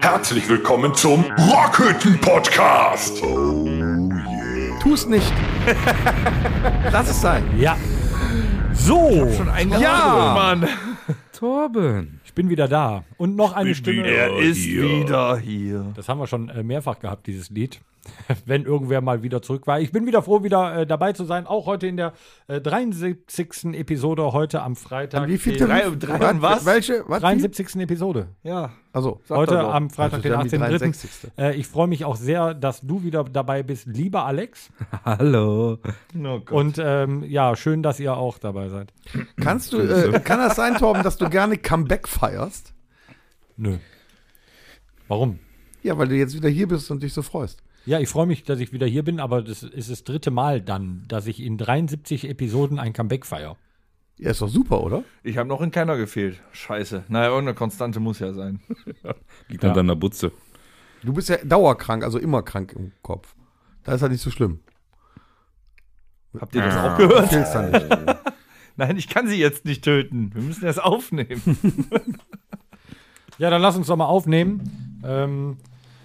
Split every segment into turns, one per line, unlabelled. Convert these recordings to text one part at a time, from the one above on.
Herzlich willkommen zum Rockhütten Podcast.
Tu's nicht. Lass es sein.
Ja. So,
Ja,
Mann.
Torben.
ich bin wieder da. Und noch eine Stimme.
Er ist
wieder
hier.
Das haben wir schon äh, mehrfach gehabt, dieses Lied. Wenn irgendwer mal wieder zurück war. Ich bin wieder froh, wieder äh, dabei zu sein. Auch heute in der äh, 73. Episode, heute am Freitag.
Wie viel
drei-
Tarif-
drei-
Wat-
was?
Welche? Was?
73. Episode.
Ja.
Also,
Sag
Heute
doch noch.
am Freitag, den
Also dann die
18.03. Äh, ich freue mich auch sehr, dass du wieder dabei bist, lieber Alex.
hallo.
Oh Gott.
Und ähm, ja, schön, dass ihr auch dabei seid.
Kannst du, äh, kann das sein, Torben, dass du gerne Comeback feierst?
Nö. Warum?
Ja, weil du jetzt wieder hier bist und dich so freust.
Ja, ich freue mich, dass ich wieder hier bin, aber das ist das dritte Mal dann, dass ich in 73 Episoden ein Comeback feiere.
Ja, ist doch super, oder?
Ich habe noch in keiner gefehlt. Scheiße. Naja, irgendeine Konstante muss ja sein.
Liegt an deiner Butze.
Du bist ja dauerkrank, also immer krank im Kopf. Da ist halt nicht so schlimm. Ah,
Habt ihr das auch gehört?
Fehlt's dann nicht.
Nein, ich kann sie jetzt nicht töten. Wir müssen das aufnehmen.
Ja, dann lass uns doch mal aufnehmen. Ähm,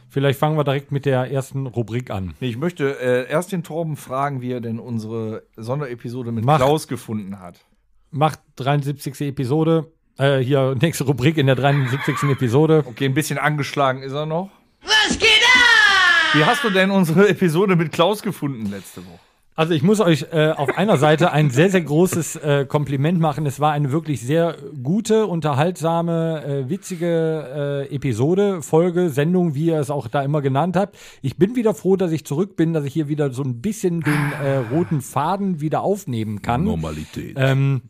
vielleicht fangen wir direkt mit der ersten Rubrik an.
Nee, Ich möchte äh, erst den Torben fragen, wie er denn unsere Sonderepisode mit
Mach.
Klaus gefunden hat.
Macht 73. Episode. Äh, hier, nächste Rubrik in der 73. Episode.
Okay, ein bisschen angeschlagen ist er noch. Was geht ab? Wie hast du denn unsere Episode mit Klaus gefunden letzte Woche?
Also ich muss euch äh, auf einer Seite ein sehr, sehr großes äh, Kompliment machen. Es war eine wirklich sehr gute, unterhaltsame, äh, witzige äh, Episode, Folge, Sendung, wie ihr es auch da immer genannt habt. Ich bin wieder froh, dass ich zurück bin, dass ich hier wieder so ein bisschen den äh, roten Faden wieder aufnehmen kann.
Normalität.
Äh.
Ähm,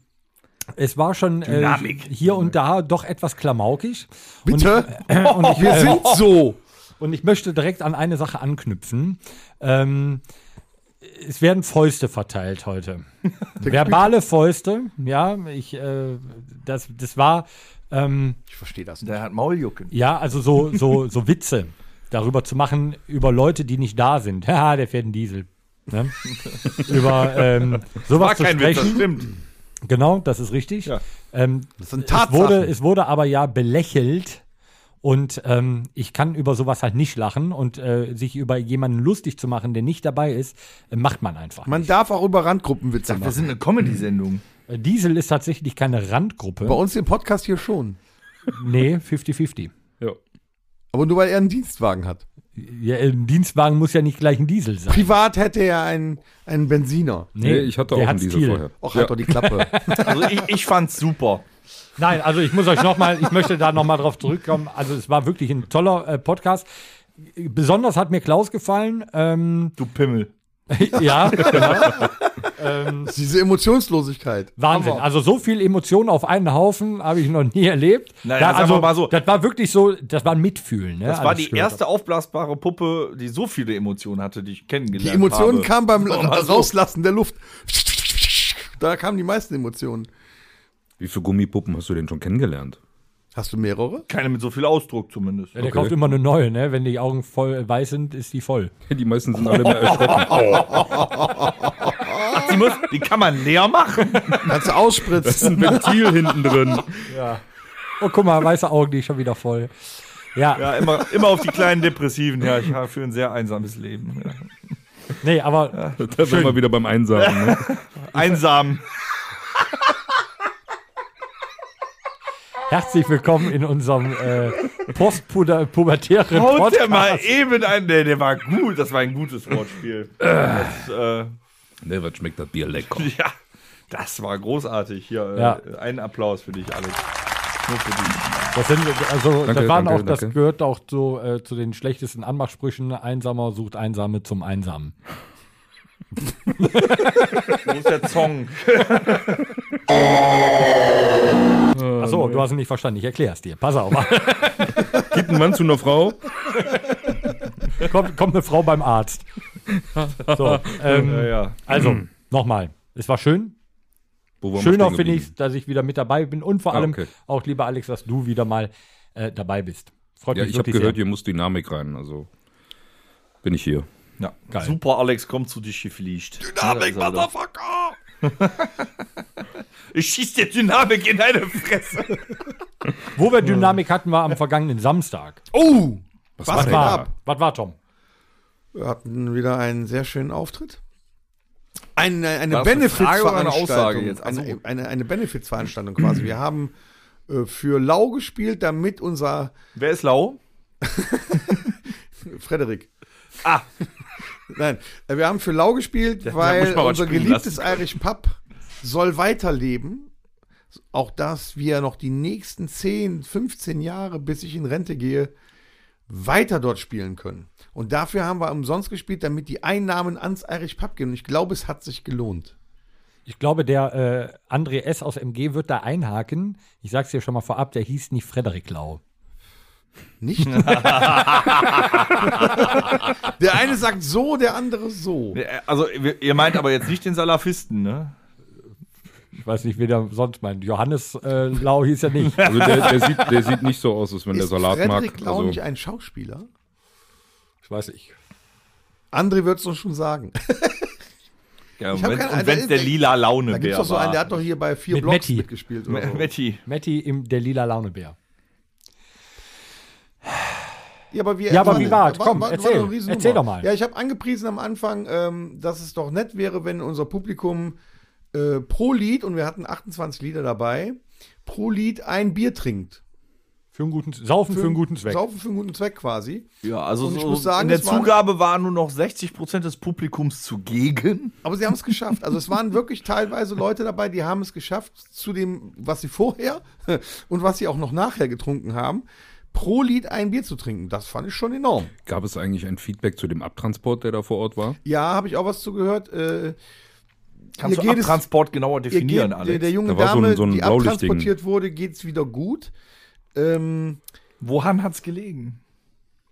es war schon äh, hier und da doch etwas klamaukig.
Bitte?
Und, äh, und, ich,
Wir
äh,
sind so.
und ich möchte direkt an eine Sache anknüpfen. Ähm, es werden Fäuste verteilt heute. Verbale Fäuste, ja, ich, äh, das, das war, ähm,
Ich verstehe das
Der hat Mauljucken.
ja, also so, so, so Witze darüber zu machen, über Leute, die nicht da sind. Haha, der fährt einen Diesel. Ne? über ähm, sowas zu
das
sprechen.
stimmt.
Genau, das ist richtig.
Ja.
Ähm,
Das sind
es,
Tatsachen.
wurde, es wurde aber ja belächelt. Und ähm, ich kann über sowas halt nicht lachen und äh, sich über jemanden lustig zu machen, der nicht dabei ist, äh, macht man einfach.
Man darf auch über Randgruppenwitze
Wir
machen.
sind eine Comedy-Sendung.
Äh, Diesel ist tatsächlich keine
Bei
Randgruppe.
uns im Podcast hier schon.
Nee, 50-50.
ja.
Aber nur weil er einen Dienstwagen hat.
Ja, äh, ein Dienstwagen muss ja nicht gleich ein Diesel sein.
Privat hätte er einen, einen Benziner.
Nee, ich hatte auch einen
hat's
Diesel
Thiel.
vorher.
Och,
Ja.
halt doch die Klappe.
Also ich, ich fand's super.
Nein, also ich muss euch nochmal, ich möchte da nochmal drauf zurückkommen. Also es war wirklich ein toller äh, Podcast. Besonders hat mir Klaus gefallen. Ähm,
Du Pimmel.
ja, genau.
Diese Emotionslosigkeit.
Wahnsinn. Also so viel Emotionen auf einen Haufen habe ich noch nie erlebt. also
Naja, sagen wir mal so.
Das war wirklich so, das war ein Mitfühlen. Ne?
Das war
Alles
die
gehört.
erste aufblasbare Puppe, die so viele Emotionen hatte, die
Die
ich
Also.
kennengelernt habe.
Emotionen kamen beim
mal so.
Rauslassen der Luft. Da kamen die meisten Emotionen.
Wie viele Gummipuppen hast du denn schon kennengelernt?
Hast du mehrere?
Keine mit so viel Ausdruck zumindest.
Ja, Der kauft immer eine neue, ne? Wenn die Augen voll weiß sind, ist die voll.
Die meisten sind alle mehr erschrocken.
Ach, die, muss, die kann man leer machen.
Kannst du ausspritzen.
ein Ventil hinten drin.
Oh, guck mal, weiße Augen, die ist schon wieder voll. Ja,
Ja, immer, immer auf die kleinen Depressiven. Ja, ich habe für ein sehr einsames Leben. Ja.
nee, aber
Da sind wir wieder beim Einsamen. Ne?
Einsam.
herzlich willkommen in unserem äh, postpubertären
Haut
Podcast.
dir mal eben ein. Nee, der war gut. Das war ein gutes Wortspiel. Das, äh,
Ne, was schmeckt das Bier lecker?
ja, das war großartig. Hier,
Ja.
äh, einen Applaus für dich, Alex. Nur für dich.
Das sind also
Danke,
das waren
danke,
auch das
danke.
gehört auch zu, äh, zu den schlechtesten Anmachsprüchen. Einsamer sucht Einsame zum Einsamen.
Wo ist der Song? Ähm,
Achso, du hast ihn nicht verstanden. Ich erklär's dir. Pass auf.
Gibt ein Mann zu einer Frau?
kommt, kommt eine Frau beim Arzt. So, ähm,
Ja, ja.
also,
Mhm.
nochmal. Es war schön.
Wo waren wir
Schöner
stehen
finde
geblieben?
ich, dass ich wieder mit dabei bin und vor
Ah,
allem
okay.
auch, lieber Alex, dass du wieder mal äh, dabei bist. Freut
Ja,
mich
ich habe
wirklich
gehört,
sehr.
hier muss Dynamik rein. Also bin ich hier.
ja. Super, Alex, komm zu dich gefliegt. Dynamik, Motherfucker! Ich schieß dir Dynamik in deine Fresse.
Wo wir Dynamik hatten, war am vergangenen Samstag.
Oh!
Was,
Was
denn
war?
da?
Was war, Tom?
Wir hatten wieder einen sehr schönen Auftritt. Eine, eine Also,
War das
Benefizveranstaltung.
eine Frage oder eine Aussage jetzt? Ach so.
Eine, eine, eine Benefizveranstaltung quasi. Wir haben äh, für Lau gespielt, damit unser
Wer ist lau?
Frederik.
Ah.
Nein, äh, wir haben für Lau gespielt,
muss
weil
ich mal was
unser
spielen
geliebtes Irish Pub soll weiterleben. Auch dass wir noch die nächsten 10, 15 Jahre, bis ich in Rente gehe, weiter dort spielen können. Und dafür haben wir umsonst gespielt, damit die Einnahmen ans Irish Pub gehen. Und ich glaube, es hat sich gelohnt.
Ich glaube, der äh, André S. aus MG wird da einhaken. Ich sag's dir schon mal vorab, der hieß nicht Frederik Lau.
Nicht? der eine sagt so, der andere so.
Also, ihr ihr meint aber jetzt nicht den Salafisten, ne?
Ich weiß nicht, wer der sonst meint. Johannes äh, Lau hieß ja nicht.
Also der, der, sieht, der sieht nicht so aus, als wenn der
Ist
Salat
Frederik
mag.
Lau
Also,
nicht ein Schauspieler?
Ich weiß nicht.
André wird es doch schon sagen.
Ja,
Ich
und
hab
wenn
keine
es
Ahnung,
der,
da-
lila
Da
Laune wäre.
gibt es doch so einen, der hat doch hier bei vier
Mit
Blocks
Matti.
mitgespielt. Oder so.
Metti.
Matti im Der Lila Launebär.
Ja, aber, wir,
Ja, aber wie war's?
war-
Komm,
war- war
erzähl.
doch eine Riesennummer.
Erzähl doch mal.
Ja, ich habe angepriesen am Anfang, ähm, dass es doch nett wäre, wenn unser Publikum äh, pro Lied, und wir hatten 28 Lieder dabei, pro Lied ein Bier trinkt.
Für einen guten, saufen für, einen guten Zweck.
Saufen für einen guten Zweck quasi.
Ja, also
Und ich
so
muss sagen,
in der
es waren-
Zugabe waren nur noch 60% des Publikums zugegen.
Aber sie haben es geschafft. Also es waren wirklich teilweise Leute dabei, die haben es geschafft, zu dem, was sie vorher und was sie auch noch nachher getrunken haben, pro Lied ein Bier zu trinken. Das fand ich schon enorm.
gab es eigentlich ein Feedback zu dem Abtransport, der da vor Ort war?
Ja, habe ich auch was zugehört. Äh,
Kannst
ihr
du
geht es-
Abtransport genauer
ihr
definieren,
geht-
Alex?
der, der jungen
Da war so ein-
Dame,
so ein
die
Blaulichtding.
abtransportiert wurde, geht's wieder gut. Ähm,
Woran hat's gelegen?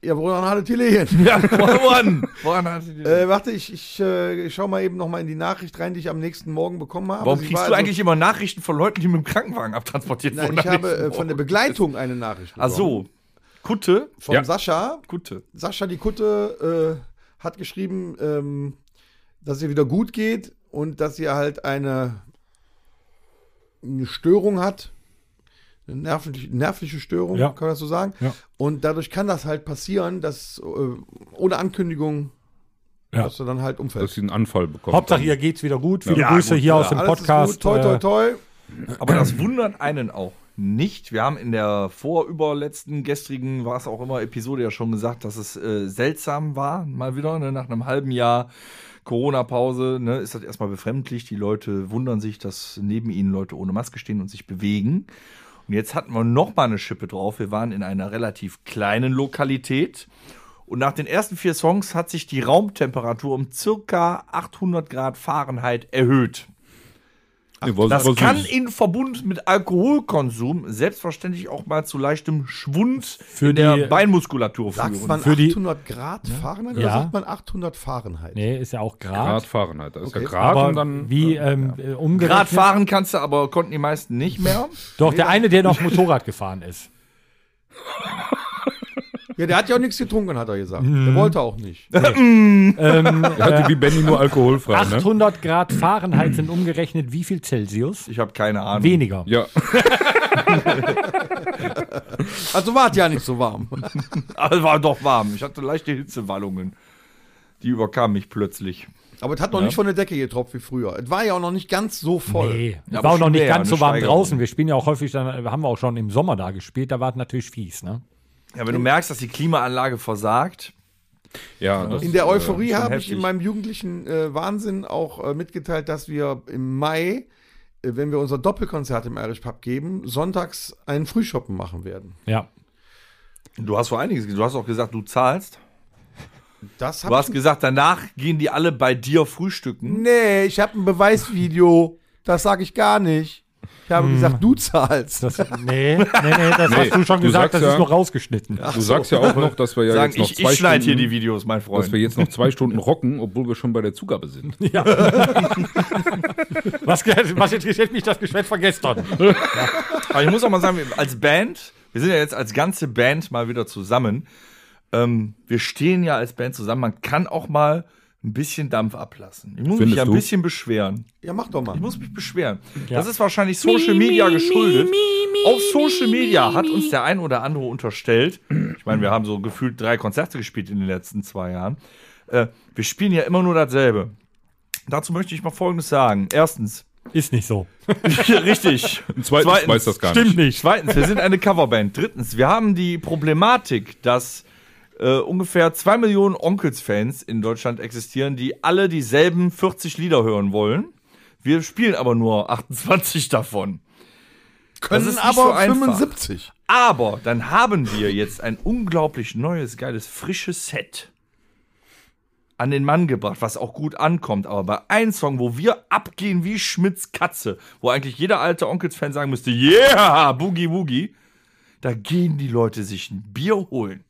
ja, woran hat es gelegen?
Ja, woran? woran hat's gelegen?
Äh, warte, ich, ich äh, schau mal eben noch mal in die Nachricht rein, die ich am nächsten Morgen bekommen habe.
Warum
Sie
kriegst
war
du
also-
eigentlich immer Nachrichten von Leuten, die mit dem Krankenwagen abtransportiert
Nein,
wurden?
ich
am
habe
nächsten
äh, von der
Morgen?
Begleitung eine Nachricht
Ach
bekommen.
so. Kutte?
Von
Ja.
Sascha.
Kutte.
Sascha die Kutte äh, hat geschrieben, ähm, dass es ihr wieder gut geht und dass sie halt eine, eine Störung hat. Eine nervliche, nervliche Störung,
Ja.
kann man das so sagen.
Ja.
Und dadurch kann das halt passieren, dass äh, ohne Ankündigung,
Ja.
dass du dann halt
Dass
umfällst.
sie einen Anfall bekommen.
Hauptsache, ihr geht's wieder gut. Viele
Ja,
Grüße
gut,
hier
ja.
aus dem Podcast.
toi, toi,
Äh,
toi.
Aber das wundert einen auch nicht. Wir haben in der vorüberletzten, gestrigen, war es auch immer, Episode ja schon gesagt, dass es äh, seltsam war, mal wieder, ne? nach einem halben Jahr Corona-Pause, ne? ist das erstmal befremdlich. Die Leute wundern sich, dass neben ihnen Leute ohne Maske stehen und sich bewegen. Und jetzt hatten wir noch mal eine Schippe drauf. Wir waren in einer relativ kleinen Lokalität. Und nach den ersten vier Songs hat sich die Raumtemperatur um circa 800 Grad Fahrenheit erhöht.
Nee, war,
Das
war
kann
süß.
in Verbund mit Alkoholkonsum selbstverständlich auch mal zu leichtem Schwund
Für
in der
die-
Beinmuskulatur
Sagt
führen.
man
Für die-
800 Grad Fahrenheit oder
Ja.
sagt man 800 Fahrenheit?
nee, ist ja auch Grad.
Grad Fahrenheit. halt. Da ist
Okay.
ja Grad
Aber
und dann.
wie ähm, äh,
Grad
umgerechnet.
fahren kannst du, aber konnten die meisten nicht mehr.
Doch, der eine, der noch Motorrad gefahren ist.
Ja, der hat ja auch nichts getrunken, hat er gesagt.
Mhm.
Der wollte auch nicht.
Ähm,
Hatte
äh,
wie Benny nur alkoholfrei, ne?
800 Grad Fahrenheit sind umgerechnet wie viel Celsius?
Ich habe keine Ahnung.
Weniger.
Ja,
Also war es ja nicht so warm.
Aber war doch warm. Ich hatte leichte Hitzewallungen. Die überkamen mich plötzlich.
Aber es hat noch nicht von der Decke getropft wie früher. Es war ja auch noch nicht ganz so voll.
Nee,
Ja, aber
war auch noch
schon
nicht
mehr,
ganz
eine
so warm
Steigerung.
draußen. Wir spielen ja auch häufig, dann äh, haben wir auch schon im Sommer da gespielt, da war es natürlich fies, ne?
Ja, wenn du merkst, dass die Klimaanlage versagt.
ja. Das,
In der Euphorie
äh, schon
habe ich
heftig.
in meinem jugendlichen äh, Wahnsinn auch äh, mitgeteilt, dass wir im Mai, äh, wenn wir unser Doppelkonzert im Irish Pub geben, sonntags einen Frühshoppen machen werden.
Ja.
Du hast vor einiges, du hast auch gesagt, du zahlst.
Das
Du
hab
hast
ich,
gesagt, danach gehen die alle bei dir frühstücken.
nee, ich habe ein Beweisvideo. Das sage ich gar nicht. Ich
Hm.
habe gesagt, du zahlst.
Das, nee, nee, nee, das hast du schon
du
gesagt,
sagst
das ist
ja-
noch rausgeschnitten.
du sagst ja auch noch, dass wir ja
Sagen,
jetzt noch
ich,
zwei
ich schneide hier
Stunden,
die Videos, mein
dass wir
Freund.
jetzt noch zwei Stunden rocken, obwohl wir schon bei der Zugabe sind.
Was, was interessiert mich das Geschwätz von gestern?
Aber ich muss auch mal sagen, wir- als Band, wir sind ja jetzt als ganze Band mal wieder zusammen. Ähm, wir stehen ja als Band zusammen. Man kann auch mal ein bisschen Dampf ablassen. Ich muss mich
Findest
ja ein
du?
bisschen beschweren.
Ja, mach doch mal.
Ich muss mich beschweren.
Ja.
Das ist wahrscheinlich Social Media geschuldet. Auf Social Media hat uns der ein oder andere unterstellt. Ich meine, wir haben so gefühlt drei Konzerte gespielt in den letzten zwei Jahren. Äh, wir spielen ja immer nur dasselbe. Dazu möchte ich mal Folgendes sagen. Erstens,
Ist nicht so.
richtig.
Zweitens, weiß das gar nicht.
Stimmt nicht.
Zweitens, wir sind eine Coverband. Drittens, wir haben die Problematik, dass äh, ungefähr zwei Millionen Onkels-Fans in Deutschland existieren, die alle dieselben 40 Lieder hören wollen. Wir spielen aber nur 28 davon.
Können
ist nicht so
aber
einfach.
75.
Aber dann haben wir jetzt ein unglaublich neues, geiles, frisches Set an den Mann gebracht, was auch gut ankommt. Aber bei einem Song, wo wir abgehen wie Schmidts Katze, wo eigentlich jeder alte Onkels-Fan sagen müsste, yeah, Boogie Woogie, da gehen die Leute sich ein Bier holen.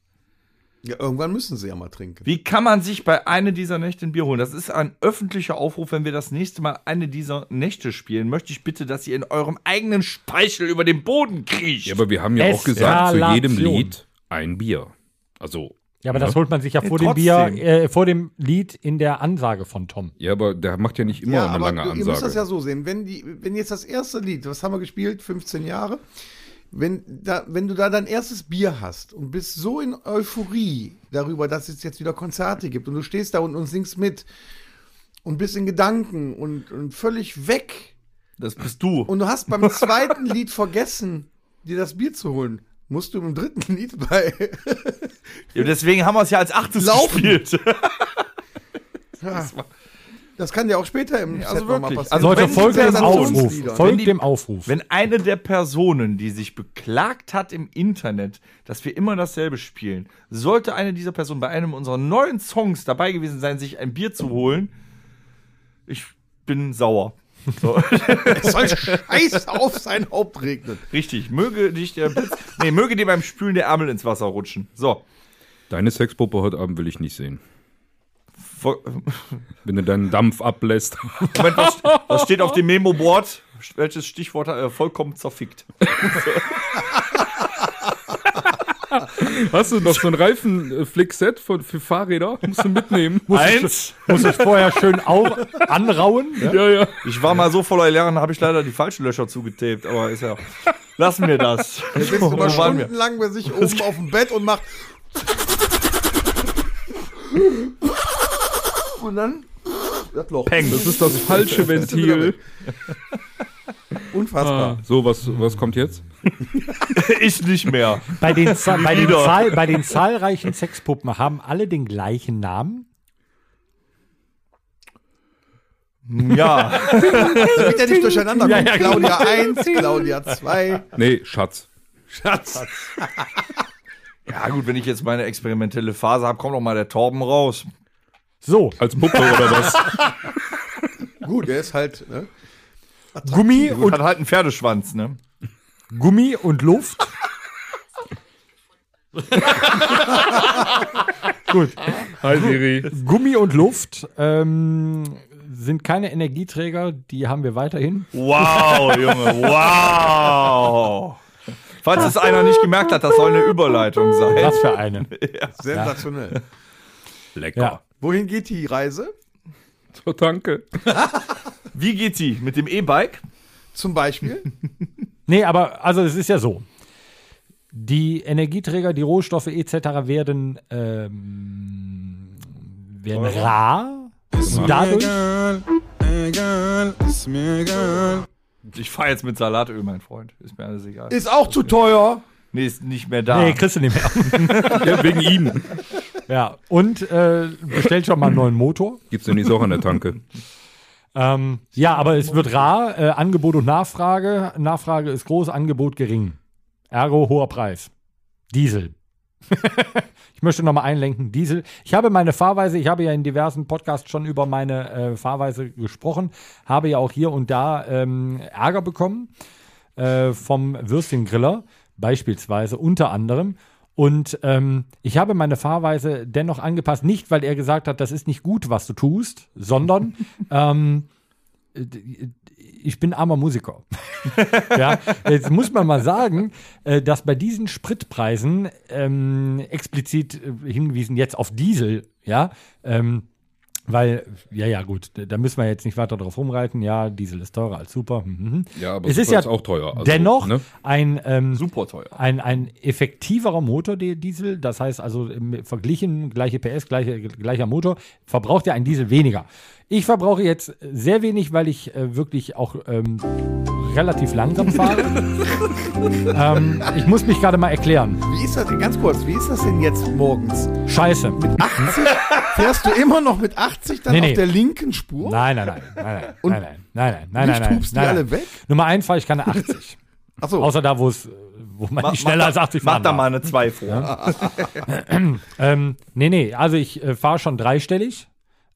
Ja, irgendwann müssen sie ja mal trinken.
Wie kann man sich bei einer dieser Nächte ein Bier holen? Das ist ein öffentlicher Aufruf, wenn wir das nächste Mal eine dieser Nächte spielen, möchte ich bitte, dass ihr in eurem eigenen Speichel über den Boden kriecht.
Ja, aber wir haben ja auch gesagt, zu jedem
Eskalation.
Lied ein Bier. Also,
Ja, aber das holt man sich ja vor dem Bier,
trotzdem.
äh, vor dem Lied in der Ansage von Tom.
ja, aber der macht ja nicht immer eine lange
du- Ihr müsst das
Ansage.
ja so sehen. Wenn, die, wenn jetzt das erste Lied, was haben wir gespielt? 15 Jahre. Wenn, da, wenn du da dein erstes Bier hast und bist so in Euphorie darüber, dass es jetzt wieder Konzerte gibt und du stehst da und, und singst mit und bist in Gedanken und, und völlig weg
das bist du.
und du hast beim zweiten Lied vergessen, dir das Bier zu holen, musst du im dritten Lied bei.
Ja, deswegen haben wir es ja als achtes
Laufen.
gespielt.
Ja. Das kann dir auch später im
also
Set noch mal
wirklich.
passieren.
Also
Leute,
wenn die
folgt dem
Sensationslieder-
Aufruf.
Wenn
Folgt
die-
dem Aufruf.
Wenn eine der Personen, die sich beklagt hat im Internet, dass wir immer dasselbe spielen, sollte eine dieser Personen bei einem unserer neuen Songs dabei gewesen sein, sich ein Bier zu holen, ich bin sauer. So,
Es soll Scheiß auf sein Haupt regnen.
richtig, möge dich der Blitz, nee, möge dir beim Spülen der Ärmel ins Wasser rutschen. So,
Deine Sexpuppe heute Abend will ich nicht sehen.
Voll-
Wenn du deinen Dampf ablässt.
Moment, was, was steht auf dem Memo-Board? Welches Stichwort äh, vollkommen zerfickt?
Hast du noch so ein Reifenflickset von- für Fahrräder? Musst du mitnehmen.
Eins.
Muss ich vorher schön au- anrauen. Ja?
Ja, ja.
Ich war mal so voller Lehren, habe ich leider die falschen Löcher zugetaped, aber ist ja. Lassen wir das.
Jetzt sitzt du mal
Wo waren wir?
stundenlang bei sich oben auf dem Bett und macht. Und dann. Das Loch.
Peng.
Das ist das falsche Ventil.
Unfassbar.
So, was, was kommt jetzt?
Ich nicht mehr.
Bei, den, Za- bei, den
Wieder.
Zahl, bei den zahlreichen Sexpuppen haben alle den gleichen Namen.
Ja.
Damit er nicht durcheinander kommt. Claudia 1, Claudia 2.
Nee, Schatz.
Ja, gut, wenn ich jetzt meine experimentelle Phase habe, kommt doch mal der Torben raus.
So,
Als Puppe oder was?
Gut, der ist halt. Ne?
Gummi
Und
und,
hat halt einen Pferdeschwanz, ne?
Gummi und Luft. Gut.
Hi, Siri.
Gummi und Luft ähm, sind keine Energieträger, die haben wir weiterhin.
Wow, Junge, wow. Falls es einer nicht gemerkt hat, das soll eine Überleitung sein.
Was für eine.
Sensationell.
Lecker.
Ja.
Wohin geht die Reise?
So, danke.
Wie geht die? Mit dem E-Bike?
Zum Beispiel.
Nee, aber also es ist ja so. Die Energieträger, die Rohstoffe etc. werden, ähm, werden rar. Und dadurch,
Egal, egal, ist mir egal.
Ich fahre jetzt mit Salatöl, mein Freund. Ist mir alles egal.
Ist auch zu teuer.
Nee, ist nicht mehr da.
nee, kriegst du nicht mehr.
Ja, wegen ihm.
Ja, und äh, bestellt schon mal einen neuen Motor.
Gibt's denn nicht auch an der Tanke?
Ähm, ja, aber es wird rar. Äh, Angebot und Nachfrage. Nachfrage ist groß, Angebot gering. Ergo hoher Preis. Diesel. ich möchte nochmal einlenken, Diesel. Ich habe meine Fahrweise, ich habe ja in diversen Podcasts schon über meine äh, Fahrweise gesprochen, habe ja auch hier und da ähm, Ärger bekommen äh, vom Würstchengriller beispielsweise unter anderem. Und ähm, ich habe meine Fahrweise dennoch angepasst, nicht weil er gesagt hat, das ist nicht gut, was du tust, sondern ähm, d- ich bin armer Musiker. ja, jetzt muss man mal sagen, äh, dass bei diesen Spritpreisen ähm, explizit äh, hingewiesen jetzt auf Diesel, ja, ähm, Weil, ja, ja, gut, da müssen wir jetzt nicht weiter drauf rumreiten. Ja, Diesel ist teurer als Super. Mhm.
Ja, aber
es
Super
ist ja
ist auch teuer, also,
dennoch
ne?
ein, ähm,
Super teuer.
ein, ein effektiverer Motor, der Diesel. Das heißt also, im verglichen, gleiche PS, gleiche, gleicher Motor, verbraucht ja ein Diesel weniger. Ich verbrauche jetzt sehr wenig, weil ich äh, wirklich auch ähm, relativ langsam fahre. ähm, ich muss mich gerade mal erklären.
Wie ist das denn, ganz kurz, wie ist das denn jetzt morgens?
Scheiße.
Fährst du immer noch mit 80 dann
Nee,
auf
nee.
der linken Spur?
Nein, nein, nein, nein,
Und
nein, nein, nein, nein, nein,
nicht
nein, nein,
hupst die
nein,
alle
nein.
weg?
Nummer eins fahre ich keine 80.
Achso,
Außer da, wo es, äh, wo man nicht schneller
da-
als 80
Mach
fahren
da mal
darf.
eine 2 vor.
Ähm, nee, nee, also ich äh, fahre schon dreistellig,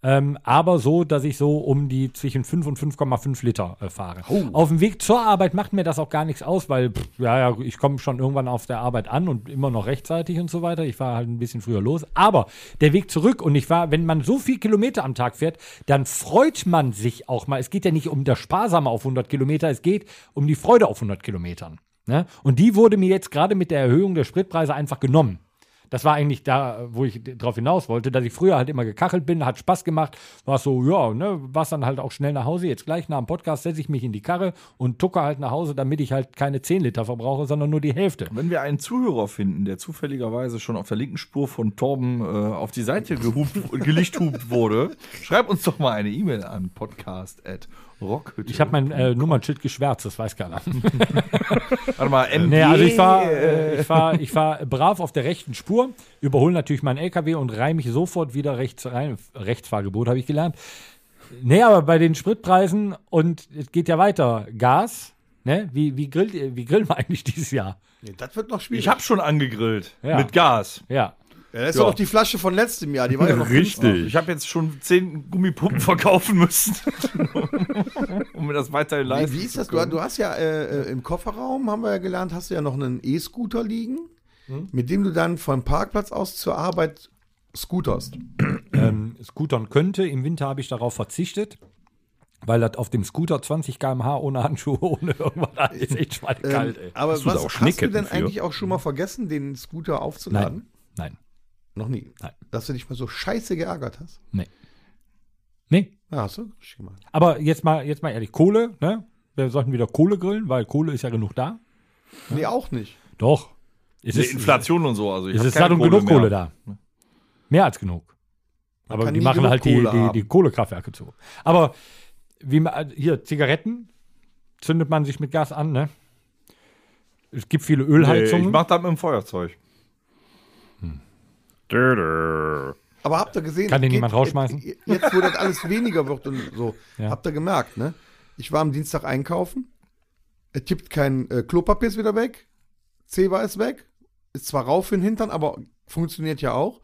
ähm, aber so, dass ich so um die zwischen 5 und 5,5 Liter äh, fahre. Auf dem Weg zur Arbeit macht mir das auch gar nichts aus, weil pff, ja, ja, ich komme schon irgendwann auf der Arbeit an und immer noch rechtzeitig und so weiter. Ich fahre halt ein bisschen früher los. Aber der Weg zurück und ich war, wenn man so viel Kilometer am Tag fährt, dann freut man sich auch mal. Es geht ja nicht um das Sparsame auf 100 Kilometer, es geht um die Freude auf 100 Kilometern. Ne? Und die wurde mir jetzt gerade mit der Erhöhung der Spritpreise einfach genommen. Das war eigentlich da, wo ich drauf hinaus wollte, dass ich früher halt immer gekachelt bin, hat Spaß gemacht, war so, ja, ne, warst dann halt auch schnell nach Hause. Jetzt gleich nach dem Podcast setze ich mich in die Karre und tucke halt nach Hause, damit ich halt keine 10 Liter verbrauche, sondern nur die Hälfte.
Wenn wir einen Zuhörer finden, der zufälligerweise schon auf der linken Spur von Torben äh, auf die Seite gehupt, gelichthupt wurde, schreib uns doch mal eine E-Mail an podcast at rockhütte.
Ich habe mein äh, Nummernschild geschwärzt, das weiß keiner.
Warte mal, MD.
Nee, also ich fahre äh, ich fahr, ich fahr brav auf der rechten Spur, überhole natürlich meinen LKW und reih mich sofort wieder rechts rein. Rechtsfahrgebot habe ich gelernt. Nee, aber bei den Spritpreisen und es geht ja weiter. Gas, ne? Wie, wie, grillt, ihr- wie grillen wir eigentlich dieses Jahr?
nee, das wird noch schwierig.
Ich habe schon angegrillt.
Ja.
Mit Gas.
Ja.
ja, das ist
Ja.
doch noch die Flasche von letztem Jahr, die war ja noch
Ich habe jetzt schon zehn Gummipumpen verkaufen müssen, um mir das weiterhin
Wie,
leisten
wie ist
zu
das? Du, du hast ja äh, äh, im Kofferraum, haben wir ja gelernt, hast du ja noch einen E-Scooter liegen,
Hm?
mit dem du dann vom Parkplatz aus zur Arbeit scooterst.
Ähm, Scootern könnte. Im Winter habe ich darauf verzichtet. Weil das auf dem Scooter 20 km/h ohne Handschuhe, ohne irgendwas, ist echt schweinekalt,
Ähm,
ey.
aber
Hast du da
was
auch
hast du
Schneeketten
denn
für? Hm.
eigentlich auch schon mal vergessen, den Scooter aufzuladen?
Nein, nein,
Noch nie.
Nein.
Dass du dich mal so scheiße geärgert hast.
nee. Nee,
Ja, hast du richtig gemacht.
Aber jetzt mal, jetzt mal ehrlich, Kohle, ne? Wir sollten wieder Kohle grillen, weil Kohle ist ja genug da.
Nee, auch nicht.
Doch. Es
können. Die Inflation und so. Also ich
Es
hab
ist satt
keine
und genug
mehr.
Kohle da. Mehr als genug.
Man
Aber
kann
die
nie
machen
genug
halt die,
Kohle
die,
haben.
die Kohlekraftwerke zu. Aber wie ma- hier, Zigaretten zündet man sich mit Gas an, ne? Es gibt viele
Nee,
Ölheizungen.
ich mach das mit dem Feuerzeug.
Hm. Aber habt ihr gesehen?
Kann den
geht-
jemand rausschmeißen?
äh, Jetzt, wo das alles weniger wird und so,
Ja.
habt ihr gemerkt, ne? Ich war am Dienstag einkaufen, er tippt kein äh, Klopapier ist wieder weg, Zewa ist weg, ist zwar rauf für den Hintern, aber funktioniert ja auch.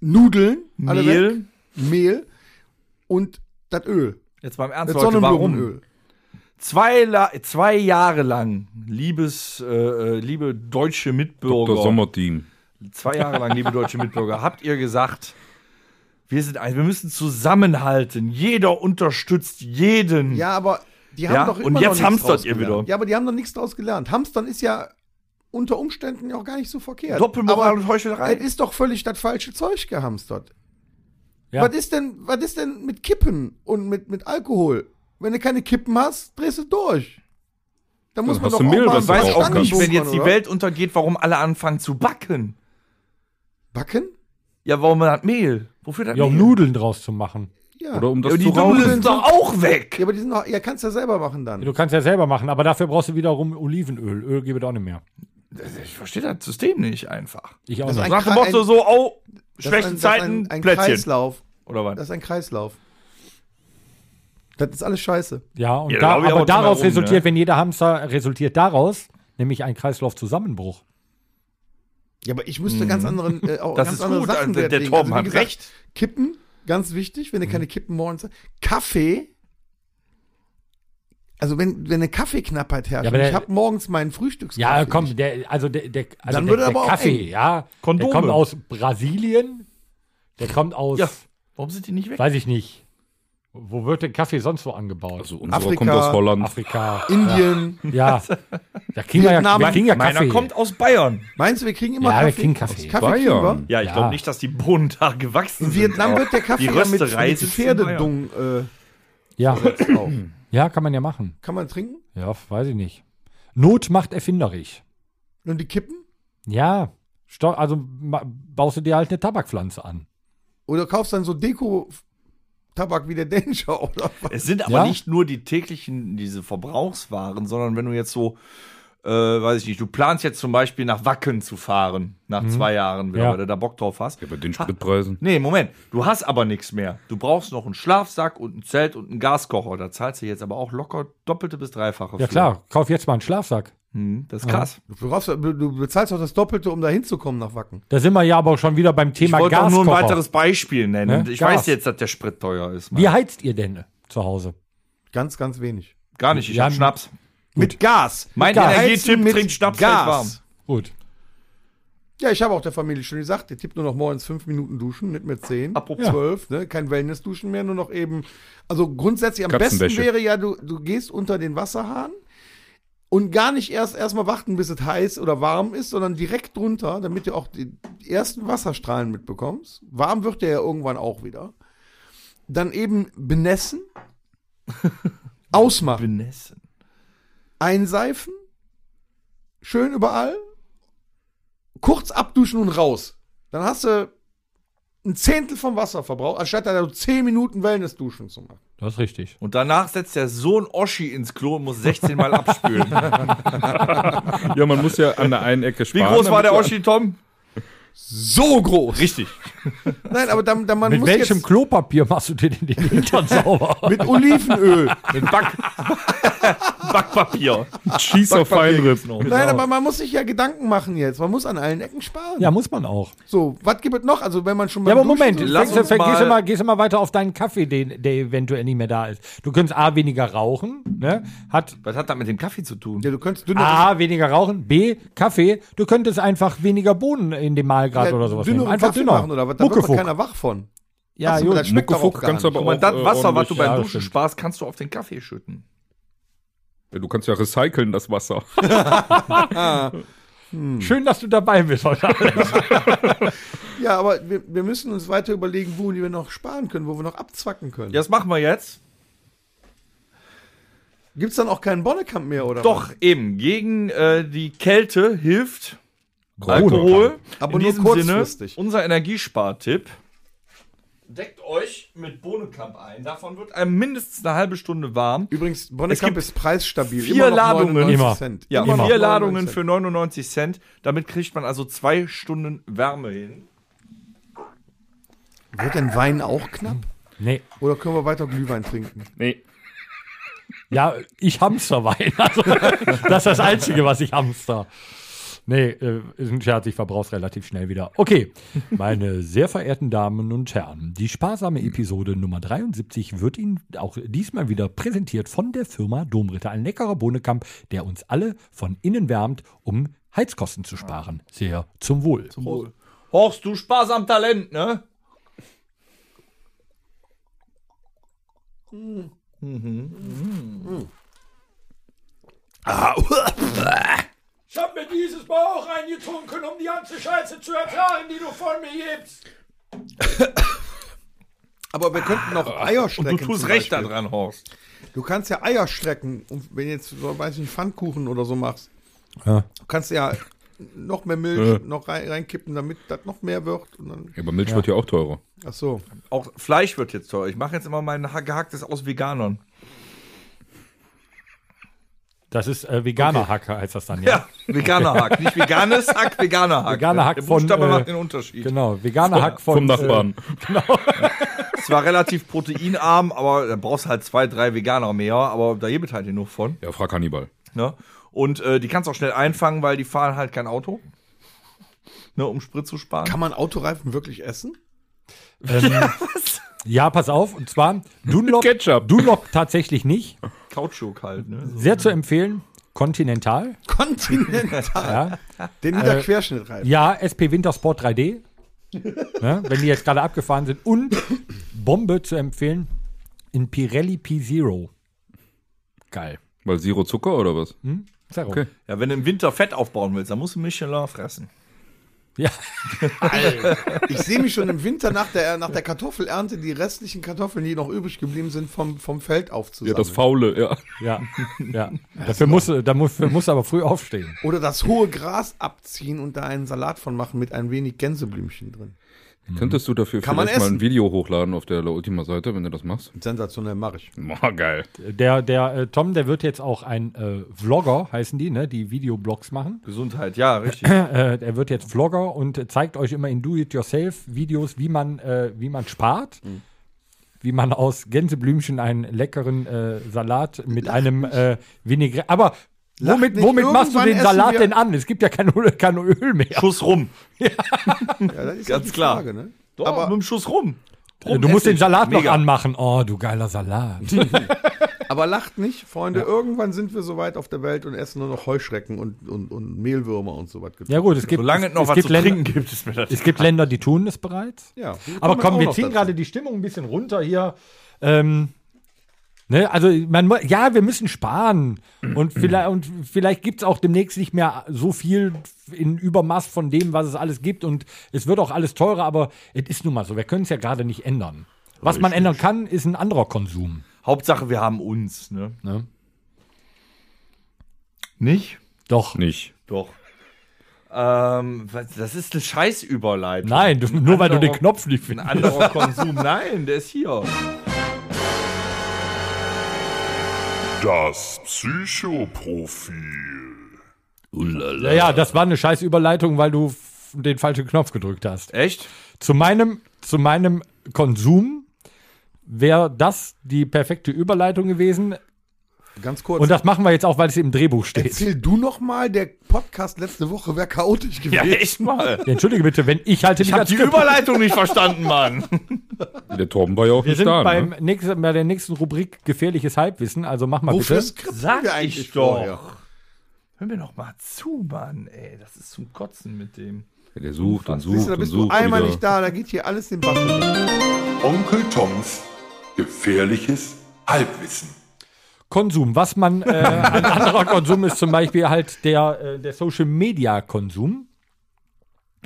Nudeln, alle weg,
Mhm. Mehl.
Mehl und das Öl.
Jetzt beim Ernst,
Das
Leute, warum?
Sonnenblumenöl.
Zwei, La zwei Jahre lang, liebes, äh, äh, liebe deutsche Mitbürger,
Dr. Sommerteam.
zwei Jahre lang, liebe deutsche Mitbürger, habt ihr gesagt, wir sind ein, wir müssen zusammenhalten. Jeder unterstützt jeden.
Ja, aber die haben
Hm. Ja,
doch
und
immer
jetzt
noch nichts
hamstert
draus
ihr
gelernt.
wieder.
Ja, aber die haben doch nichts draus gelernt. Hamstern ist ja unter Umständen ja auch gar nicht so verkehrt.
Doppelmoral
Aber
und Heuchelei.
Es ist doch völlig das falsche Zeug gehamstert.
Ja.
Was, ist denn, was ist denn mit Kippen und mit, mit Alkohol? Wenn du keine Kippen hast, drehst du durch. Da muss
Dann
man
hast
doch
du
mal
Mehl, was
einen
weiß
du Verstand
auch
Verstand
nicht,
nicht,
wenn
entwickeln,
jetzt die
oder?
Welt untergeht, warum alle anfangen zu backen.
Backen?
Ja, warum man hat Mehl? Wofür das
ja, um
Mehl?
Nudeln draus zu machen.
Ja.
Oder um das
Ja,
zu
die Nudeln
rauchen.
sind doch auch weg.
ja, aber die sind noch, ja, kannst du ja selber machen dann.
Du kannst ja selber machen, aber dafür brauchst du wiederum Olivenöl. Öl gebe ich auch nicht mehr.
Ich verstehe das System nicht einfach.
Ich auch
Das ist
nicht.
Ein
Nach dem
Kre-
Motto
ein-
so, oh,
Das ist
schwächen
ein- das ist
Zeiten,
ein, ein
Plätzchen.
Kreislauf.
Oder was?
Das ist ein Kreislauf. Das ist alles scheiße.
Ja, und
Ja, da
da,
glaub ich
aber
auch drumherum,
daraus resultiert,
ne?
wenn jeder Hamster resultiert daraus, nämlich ein Kreislaufzusammenbruch.
Ja, aber ich müsste ganz anderen, äh, auch
Mhm. Das
ganz
ist
andere
gut,
Sachen
also der
Wert legen.
Torben
wie
hat
gesagt,
recht. Mhm.
Kippen, ganz wichtig, wenn du keine Kippen morgens Kaffee. Also wenn, wenn eine Kaffeeknappheit herrscht,
Ja,
und
aber
ich
der-
habe morgens meinen Frühstückskaffee.
Ja, komm, der, also der, der, also
Dann
der,
würde
der
aber auch
Kaffee,
eng.
ja.
Kondome.
Der kommt aus Brasilien. Der kommt aus,
Ja. Warum sind die nicht weg?
weiß ich nicht. Wo wird denn Kaffee sonst wo angebaut?
Also unserer
Afrika,
kommt aus Holland.
Afrika.
Indien.
Ja. Da kriegen wir ja,
Vietnam.
wir kriegen ja
Meiner
Kaffee.
kommt aus Bayern.
Meinst du, wir kriegen immer
Ja, wir
Kaffee?
kriegen Kaffee.
Aus Kaffee kriegen wir?
Bayern.
Ja, ich
Ja.
glaube nicht, dass die Bohnen da gewachsen
In
sind.
Vietnam
aber
wird der Kaffee
die
ja mit,
Rösterei
mit
sitzt in Bayern.
Pferdedung äh,
ja.
drauf.
ja, kann man ja machen.
Kann man trinken?
Ja, weiß ich nicht. Not macht erfinderisch.
Und die kippen?
Ja. Sto also ma- baust du dir halt eine Tabakpflanze an.
Oder kaufst dann so Deko-Tabak wie der Danger oder was?
Es sind aber
Ja?
nicht nur die täglichen, diese Verbrauchswaren, sondern wenn du jetzt so, äh, weiß ich nicht, du planst jetzt zum Beispiel nach Wacken zu fahren, nach zwei Jahren, wenn
Mhm. Ja.
du da- da Bock drauf hast.
Ja, bei den Spritpreisen.
Nee, Moment, du hast aber nichts mehr. Du brauchst noch einen Schlafsack und ein Zelt und einen Gaskocher. Da zahlst du jetzt aber auch locker doppelte bis dreifache
Ja,
für.
klar. Kauf jetzt mal einen Schlafsack.
Hm, das ist krass.
Du, brauchst, du du bezahlst doch das Doppelte, um da hinzukommen nach Wacken.
Da sind wir ja aber auch schon wieder beim
Ich
Thema
wollte auch nur ein
Gaskocher.
weiteres Beispiel nennen.
Ne?
Ich
Gas.
weiß jetzt, dass der Sprit teuer ist. Mann.
Wie heizt ihr denn äh, zu Hause?
Ganz, ganz wenig.
Gar nicht, ich
Ja,
hab Schnaps.
Mit Gas.
Mein
Gas.
Energietipp
Heizen mit
trinkt Schnaps hält warm.
Gas.
Gut.
Ja, ich habe auch der Familie schon gesagt, der Tipp nur noch morgens fünf Minuten duschen, nicht mehr zehn,
Apropos.
zwölf, ne? kein Wellness-Duschen mehr, nur noch eben. Also grundsätzlich am besten
Katzenwäsche.
wäre ja, du, du gehst unter den Wasserhahn und gar nicht erst erstmal warten, bis es heiß oder warm ist, sondern direkt drunter, damit du auch die ersten Wasserstrahlen mitbekommst. Warm wird der ja irgendwann auch wieder. Dann eben benessen, ausmachen,
Benessen.
einseifen, schön überall, kurz abduschen und raus. Dann hast du ein Zehntel vom Wasserverbrauch, anstatt da so 10 Minuten Wellness-Duschen zu machen.
Das ist richtig.
Und danach setzt der Sohn Oschi ins Klo und muss 16 Mal abspülen.
Ja, man muss ja an der einen Ecke
Wie
sparen.
groß war
damit
der
du-
Oschi, Tom?
So groß.
Richtig.
Nein, aber dann, dann man
Mit
muss
welchem
jetzt
Klopapier machst du dir denn den Hintern sauber?
mit Olivenöl.
Mit Back Backpapier.
Schieß auf Feinripp.
Nein, aber man muss sich ja Gedanken machen jetzt. Man muss an allen Ecken sparen.
ja, muss man auch.
So, was gibt es noch? Also, wenn man schon
Ja, aber
beim
Moment,
Duschen-
lass
lass
uns mal-
gehst, du mal, gehst du mal weiter auf deinen Kaffee, den, der eventuell nicht mehr da ist. Du könntest A, weniger rauchen, ne? Hat
Was hat das mit dem Kaffee zu tun?
Ja, du könntest dünneres,
A, weniger rauchen, B, Kaffee. Du könntest einfach weniger Bohnen in dem Mahlgrad
ja,
oder sowas
dünneren
nehmen. Einfach
Kaffee
dünner.
machen oder was? Da wird doch
Muckefuck.
keiner wach von.
Ja,
Ach so,
gut.
das schmeckt doch auch
Muckefuck
gar
kannst du
nicht.
aber
Guck
auch.
mal, das
äh,
Wasser, was du
ordentlich-
beim
Ja,
Duschen
stimmt.
sparst, kannst du auf den Kaffee schütten.
Ja, Du kannst ja recyceln, das Wasser.
Schön, dass du dabei bist heute. Abend.
Ja, aber wir, wir müssen uns weiter überlegen, wo wir noch sparen können, wo wir noch abzwacken können.
Ja, das machen wir jetzt.
Gibt's dann auch keinen Bonnekamp mehr, oder?
Doch,
was?
eben. Gegen äh, die Kälte hilft
Alkohol.
Alkohol.
Aber
In
nur
diesem
kurzfristig.
Sinne, unser Energiespartipp. Deckt euch mit Bohnenkamp ein. Davon wird einem mindestens eine halbe Stunde warm.
Übrigens,
gibt
Bonnekamp ist preisstabil.
vier Ladungen.
99
Immer.
Cent.
Ja,
Immer noch
vier
99
Ladungen
Cent.
für 99 Cent. Damit kriegt man also zwei Stunden Wärme hin.
Wird denn Wein auch knapp?
nee.
Oder können wir weiter Glühwein trinken?
Nee.
Ja, ich Hamsterwein. Also, das ist das Einzige, was ich hamster. Nee, äh, ist ein Scherz, ich verbrauch's relativ schnell wieder. Okay, meine sehr verehrten Damen und Herren, die sparsame Episode Nummer 73 wird Ihnen auch diesmal wieder präsentiert von der Firma Domritter. Ein leckerer Bohnenkamp, der uns alle von innen wärmt, um Heizkosten zu sparen. Sehr zum Wohl.
Horst, du Spaß am Talent, ne?
Ich habe mir dieses Mal auch eingetrunken, um die ganze Scheiße zu ertragen, die du von mir gibst.
Aber wir könnten noch Eier strecken.
Ah, Du tust
zum
recht
Beispiel.
daran, Horst.
Du kannst ja Eier strecken. Und wenn jetzt, so, weiß ich nicht, Pfannkuchen oder so machst,
Ja.
du kannst ja noch mehr Milch
Äh.
Ja.
noch rein, reinkippen, damit das noch mehr wird. Und dann,
Ja, aber Milch wird ja auch teurer.
ach so.
Auch Fleisch wird jetzt teuer. Ich mache jetzt immer mein ha- gehacktes aus Veganern.
Das ist äh, veganer Hack, heißt das dann, ja?
Ja, veganer Hack. Nicht veganes Hack, veganer Hack. ne?
Veganer Hack
Der
von,
Buchstabe
äh,
macht den Unterschied.
Genau, veganer Hack von,
Vom Nachbarn.
Es war relativ proteinarm, aber da brauchst halt zwei, drei Veganer mehr, aber da gibt es halt genug von.
Ja, frag Hannibal.
Ne? Und äh, die kannst du auch schnell einfangen, weil die fahren halt kein Auto. Ne, um Sprit zu sparen.
Kann man Autoreifen wirklich essen?
Ähm, ja, pass auf. Und zwar Dunlop,
Ketchup.
Dunlop tatsächlich nicht.
Kautschuk halt. Ne? So.
Sehr zu empfehlen. Continental.
Kontinental.
Ja,
Den
Äh,
Niederquerschnittreifen.
ja SP Wintersport 3D. ne, wenn die jetzt gerade abgefahren sind. Und Bombe zu empfehlen. In Pirelli P0. Geil.
Weil Zero Zucker oder was?
Zero.
Okay.
Ja, wenn du im Winter Fett aufbauen willst, dann musst du Michelin fressen.
Ja,
Ich sehe mich schon im Winter nach der, nach der Kartoffelernte die restlichen Kartoffeln, die noch übrig geblieben sind, vom, vom Feld
Ja,
aufzusammeln.
das Faule, ja.
ja, ja. Dafür musst du, da musst, musst du aber früh aufstehen.
Oder das hohe Gras abziehen und da einen Salat von machen mit ein wenig Gänseblümchen drin.
Mhm.
Könntest du dafür
Kann man
vielleicht mal
essen.
ein Video hochladen auf der La Ultima Seite, wenn du das machst?
Sensationell mache ich.
Boah, geil.
Der, der äh, Tom, der wird jetzt auch ein äh, Vlogger, heißen die, ne? Die Videoblogs machen.
Gesundheit, ja, richtig.
Äh, er wird jetzt Vlogger und äh, zeigt euch immer in Do-It-Yourself-Videos, wie man, äh, wie man spart.
Mhm.
Wie man aus Gänseblümchen einen leckeren äh, Salat mit einem äh, Vinaigrette. Aber
Lacht
womit,
nicht,
womit machst du
irgendwann
den
essen wir-
Salat denn an? Es gibt ja kein, Öl- kein Öl mehr.
Schuss rum.
Ja, das ist
Ganz
halt die
klar.
Frage, ne?
Doch,
Aber-
mit dem Schuss rum.
du musst den Salat noch
Mega.
anmachen. Oh, du geiler Salat.
Aber lacht nicht, Freunde. Irgendwann sind wir so weit auf der Welt und essen nur noch Heuschrecken und, und, und Mehlwürmer und so was.
ja gut, es gibt
Solange es noch was
gibt
zu
Länder,
trinken gibt, ist mir das.
Es gibt Länder, die tun es bereits.
Ja,
Aber
kommt
komm,
auch
wir
noch
ziehen
dazu.
gerade die Stimmung ein bisschen runter hier. Ähm, ne, also man, mu- ja, wir müssen sparen und vielleicht, und vielleicht gibt es auch demnächst nicht mehr so viel in Übermaß von dem, was es alles gibt und es wird auch alles teurer, aber es ist nun mal so, wir können es ja gerade nicht ändern. Was man ändern kann, ist ein anderer Konsum.
Hauptsache, wir haben uns, ne?
Ne?
Nicht?
Doch.
Nicht.
Doch. Ähm, was- das ist eine Scheißüberleitung.
Nein, du, nur weil du den
anderer-
Knopf nicht
Ein
findest.
anderer Konsum. Nein, der ist hier.
Das Psychoprofil.
Ja, ja, das war eine scheiß Überleitung, weil du f- den falschen Knopf gedrückt hast.
Echt?
Zu meinem, zu meinem Konsum wäre das die perfekte Überleitung gewesen.
Ganz kurz.
Und das machen wir jetzt auch, weil es im Drehbuch steht.
Erzähl du noch mal, der Podcast letzte Woche wäre chaotisch
Ja,
gewesen.
echt mal.
Entschuldige bitte, wenn ich halte
Ich hab die Überleitung nicht verstanden, Mann.
Der Torben war ja auch
Wir
nicht
sind
da.
beim
ne?
nächsten, bei der nächsten Rubrik gefährliches Halbwissen, also mach mal
Wofür
bitte.
skripten
Sag
wir eigentlich
ich doch.
vorher?
Hör mir noch mal zu, Mann, ey. Das ist zum Kotzen mit dem.
Der sucht und sucht
Siehst du, da
und
bist du
sucht.
einmal
wieder.
nicht da, da geht hier alles den Bach runter.
Onkel Toms gefährliches Halbwissen.
Konsum, was man, äh, ein anderer Konsum ist zum Beispiel halt der, äh, der Social Media Konsum.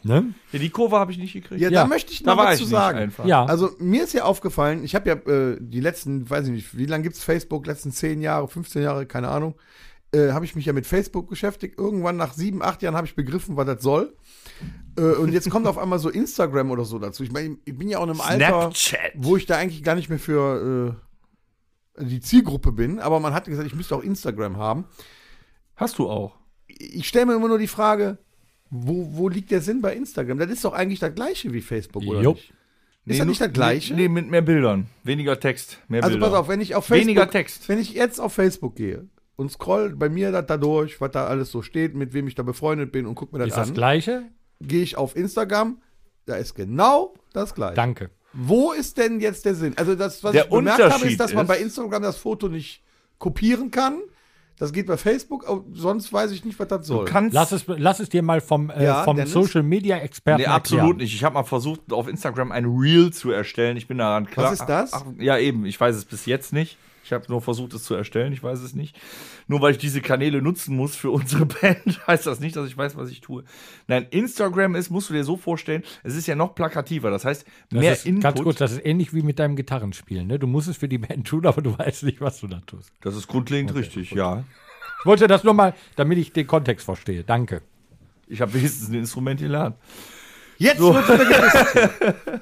Ne?
Ja, die Kurve habe ich nicht gekriegt.
Ja,
Ja,
da möchte ich
da
noch
war
was
ich
zu
nicht
sagen.
einfach.
Ja.
Also mir ist ja aufgefallen, ich habe ja äh, die letzten, weiß ich nicht, wie lange gibt's Facebook, letzten 10 Jahre, 15 Jahre, keine Ahnung, äh, habe ich mich ja mit Facebook beschäftigt. Irgendwann nach sieben, acht Jahren habe ich begriffen, was das soll. Äh, und jetzt kommt auf einmal so Instagram oder so dazu. Ich meine, ich bin ja auch in einem Alter,
Snapchat.
wo ich da eigentlich gar nicht mehr für äh, die Zielgruppe bin, aber man hat gesagt, ich müsste auch Instagram haben.
Hast du auch.
ich stelle mir immer nur die Frage, wo, wo liegt der Sinn bei Instagram? Das ist doch eigentlich das gleiche wie Facebook, oder
Jo.
nicht? ist das
nu-
nicht das gleiche?
Nee, mit mehr Bildern. Weniger Text. Mehr
also
Bilder.
pass auf, wenn ich auf Facebook,
Weniger Text.
wenn ich jetzt auf Facebook gehe und scroll bei mir das da durch, was da alles so steht, mit wem ich da befreundet bin und guck mir das
Ist das
an,
gleiche?
gehe ich auf Instagram, da ist genau das gleiche.
Danke.
Wo ist denn jetzt der Sinn? Also das, was
Der
ich bemerkt habe,
Unterschied
ist, dass man
ist-
bei Instagram das Foto nicht kopieren kann. Das geht bei Facebook, aber sonst weiß ich nicht, was das soll.
Du kannst.
Lass es, lass es dir mal vom, äh,
Ja,
vom
Dennis?
Social Media Experten
Nee, absolut
erklären.
nicht. Ich habe mal versucht, auf Instagram ein Reel zu erstellen. Ich bin daran klar.
ist das?
Ach, ja, eben. Ich weiß es bis jetzt nicht. Ich habe nur versucht, es zu erstellen. Ich weiß es nicht. Nur weil ich diese Kanäle nutzen muss für unsere Band, heißt das nicht, dass ich weiß, was ich tue. Nein, Instagram ist, musst du dir so vorstellen, es ist ja noch plakativer. Das heißt,
Das
mehr
ist,
Input.
Ganz kurz, das ist ähnlich wie mit deinem Gitarrenspielen. Ne? Du musst es für die Band tun, aber du weißt nicht, was du da tust.
Das ist grundlegend richtig, ja.
Ich wollte das nur mal, damit ich den Kontext verstehe. Danke.
Ich habe wenigstens ein Instrument gelernt.
Jetzt
So.
wird's wieder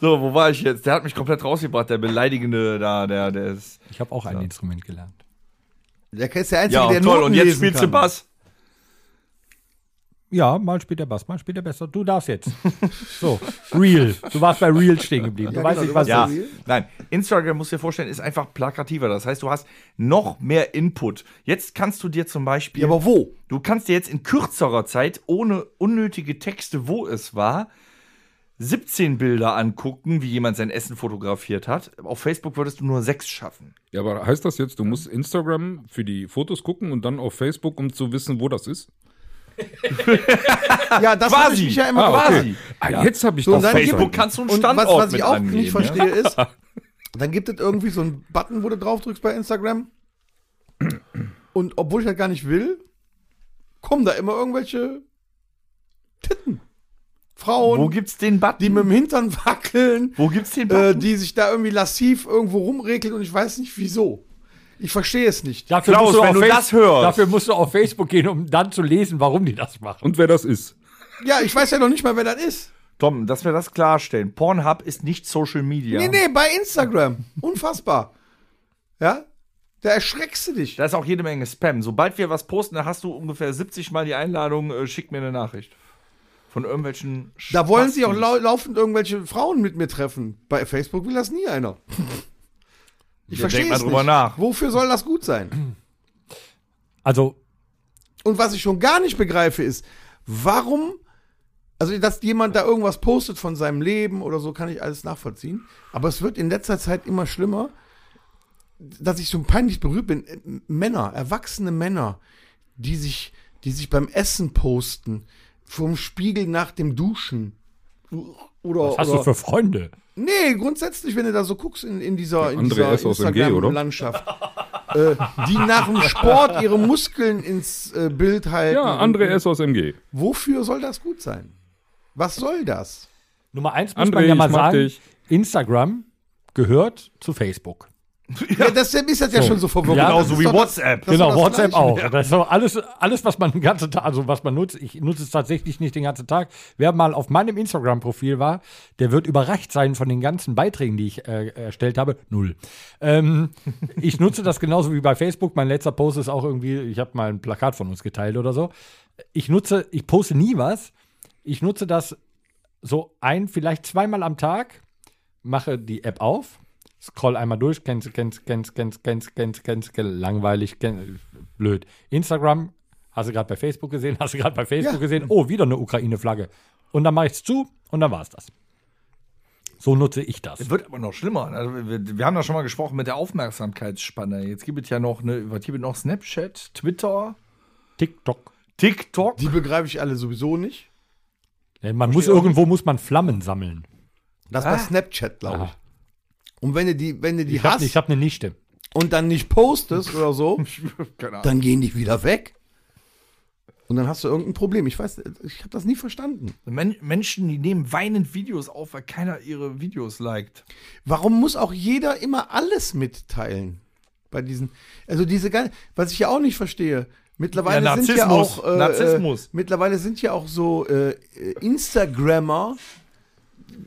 So, wo war ich jetzt? Der hat mich komplett rausgebracht, der Beleidigende da, der, der ist.
Ich habe auch ein Instrument gelernt.
Der ist der Einzige,
Ja,
der
toll,
Noten
und jetzt
lesen
spielst
kann.
du Bass.
Ja, mal spielt der Bass, mal spielt der besser. Du darfst jetzt. So, Real. Du warst bei Real stehen geblieben. Du
Ja,
weißt
genau,
nicht,
du warst
was
Ja,
das
bei
ist.
Real.
nein. Instagram, musst du dir vorstellen, ist einfach plakativer. Das heißt, du hast noch mehr Input. Jetzt kannst du dir zum Beispiel.
Ja, aber wo?
du kannst dir jetzt in kürzerer Zeit, ohne unnötige Texte, wo es war, 17 Bilder angucken, wie jemand sein Essen fotografiert hat. Auf Facebook würdest du nur sechs schaffen.
Ja, aber heißt das jetzt, du musst Instagram für die Fotos gucken und dann auf Facebook, um zu wissen, wo das ist?
Ja, das
Ah, Quasi.
hab ich mich ja immer
Ah,
gefragt.
okay.
Ah, jetzt habe ich
So,
das
dann
verstanden.
gibt-
kannst du einen
Und was,
Standort
was
mit
ich auch
angeben,
nicht
ja?
verstehe ist, Und dann gibt es irgendwie so einen Button, wo du drauf drückst bei Instagram. Und obwohl ich das gar nicht will, kommen da immer irgendwelche Titten.
Wo
Frauen,
gibt's den Button?
die mit dem Hintern wackeln,
Wo gibt's den
äh,
Button?
die sich da irgendwie lassiv irgendwo rumrekeln und ich weiß nicht wieso. Ich verstehe es nicht.
Dafür
Klaus,
musst du
wenn
auf
du
Face-
das hörst.
Dafür musst du auf Facebook gehen, um dann zu lesen, warum die das machen.
Und wer das ist.
Ja, ich weiß ja noch nicht mal, wer das ist.
Tom, dass wir das klarstellen. Pornhub ist nicht Social Media.
Nee, nee, bei Instagram. Unfassbar. Ja? Da erschreckst du dich.
Da ist auch jede Menge Spam. Sobald wir was posten, da hast du ungefähr 70 Mal die Einladung, äh, schick mir eine Nachricht. Von irgendwelchen
Da wollen sich auch lau
Spastis.
laufend irgendwelche Frauen mit mir treffen. Bei Facebook will das nie einer. Ich
Ja,
verstehe
denk mal
es
drüber
nicht.
nach.
Wofür soll das gut sein?
Also,
Und was ich schon gar nicht begreife ist, warum, also dass jemand da irgendwas postet von seinem Leben oder so, kann ich alles nachvollziehen. Aber es wird in letzter Zeit immer schlimmer, dass ich so peinlich berührt bin. Äh, Männer, erwachsene Männer, die sich, die sich beim Essen posten, vom Spiegel nach dem Duschen. Oder,
was hast
oder
du für Freunde?
Nee, grundsätzlich, wenn du da so guckst in, in dieser, in
André
dieser
S. aus MG, oder?
Instagram-Landschaft, äh, die nach dem Sport ihre Muskeln ins äh, Bild halten.
Ja, André S. aus MG.
Wofür soll das gut sein? Was soll das?
Nummer eins muss man
André,
ja mal
ich mag
sagen,
dich.
Instagram gehört zu Facebook.
Ja, deshalb ist das ja schon so verwirrend.
Ja,
Das
Genauso
ist
Genau
doch das-
wie WhatsApp.
das ist doch
genau,
das
WhatsApp
Gleiche.
auch. Das ist so alles, alles, was man den ganzen Tag, also was man nutzt, ich nutze es tatsächlich nicht den ganzen Tag. Wer mal auf meinem Instagram-Profil war, der wird überrascht sein von den ganzen Beiträgen, die ich äh, erstellt habe. Null. Ähm, ich nutze das genauso wie bei Facebook. Mein letzter Post ist auch irgendwie, ich habe mal ein Plakat von uns geteilt oder so. Ich nutze, ich poste nie was. Ich nutze das so ein, vielleicht zweimal am Tag, mache die App auf, scroll einmal durch, kennst, kennst, kennst, kennst, kennst, kennst, kennst, kennst langweilig, kenn, blöd. Instagram, hast du gerade bei Facebook gesehen, hast du gerade bei Facebook
Ja.
gesehen, oh, wieder eine Ukraine-Flagge. Und dann mache ich es zu und dann war es das. So nutze ich das.
Wird aber noch schlimmer. Also wir, wir haben da schon mal gesprochen mit der Aufmerksamkeitsspanne. Jetzt gibt es ja noch eine, was gibt es noch? Snapchat, Twitter,
TikTok.
TikTok.
Die begreife ich alle sowieso nicht.
Äh, Man muss irgendwo muss man Flammen sammeln.
Das war Snapchat, glaube ich.
Ah.
Und wenn du die, wenn du die
Ich habe
hast
ich hab eine Nichte.
und dann nicht postest oder so,
Keine Ahnung.
dann gehen die wieder weg. Und dann hast du irgendein Problem. Ich weiß, ich habe das nie verstanden.
Men Menschen, die nehmen weinend Videos auf, weil keiner ihre Videos liked.
Warum muss auch jeder immer alles mitteilen? Bei diesen, also diese ganze, was ich ja auch nicht verstehe. Mittlerweile
Ja,
sind ja
Narzissmus.
auch äh,
Narzissmus.
Äh, mittlerweile sind ja auch so äh, äh, Instagrammer,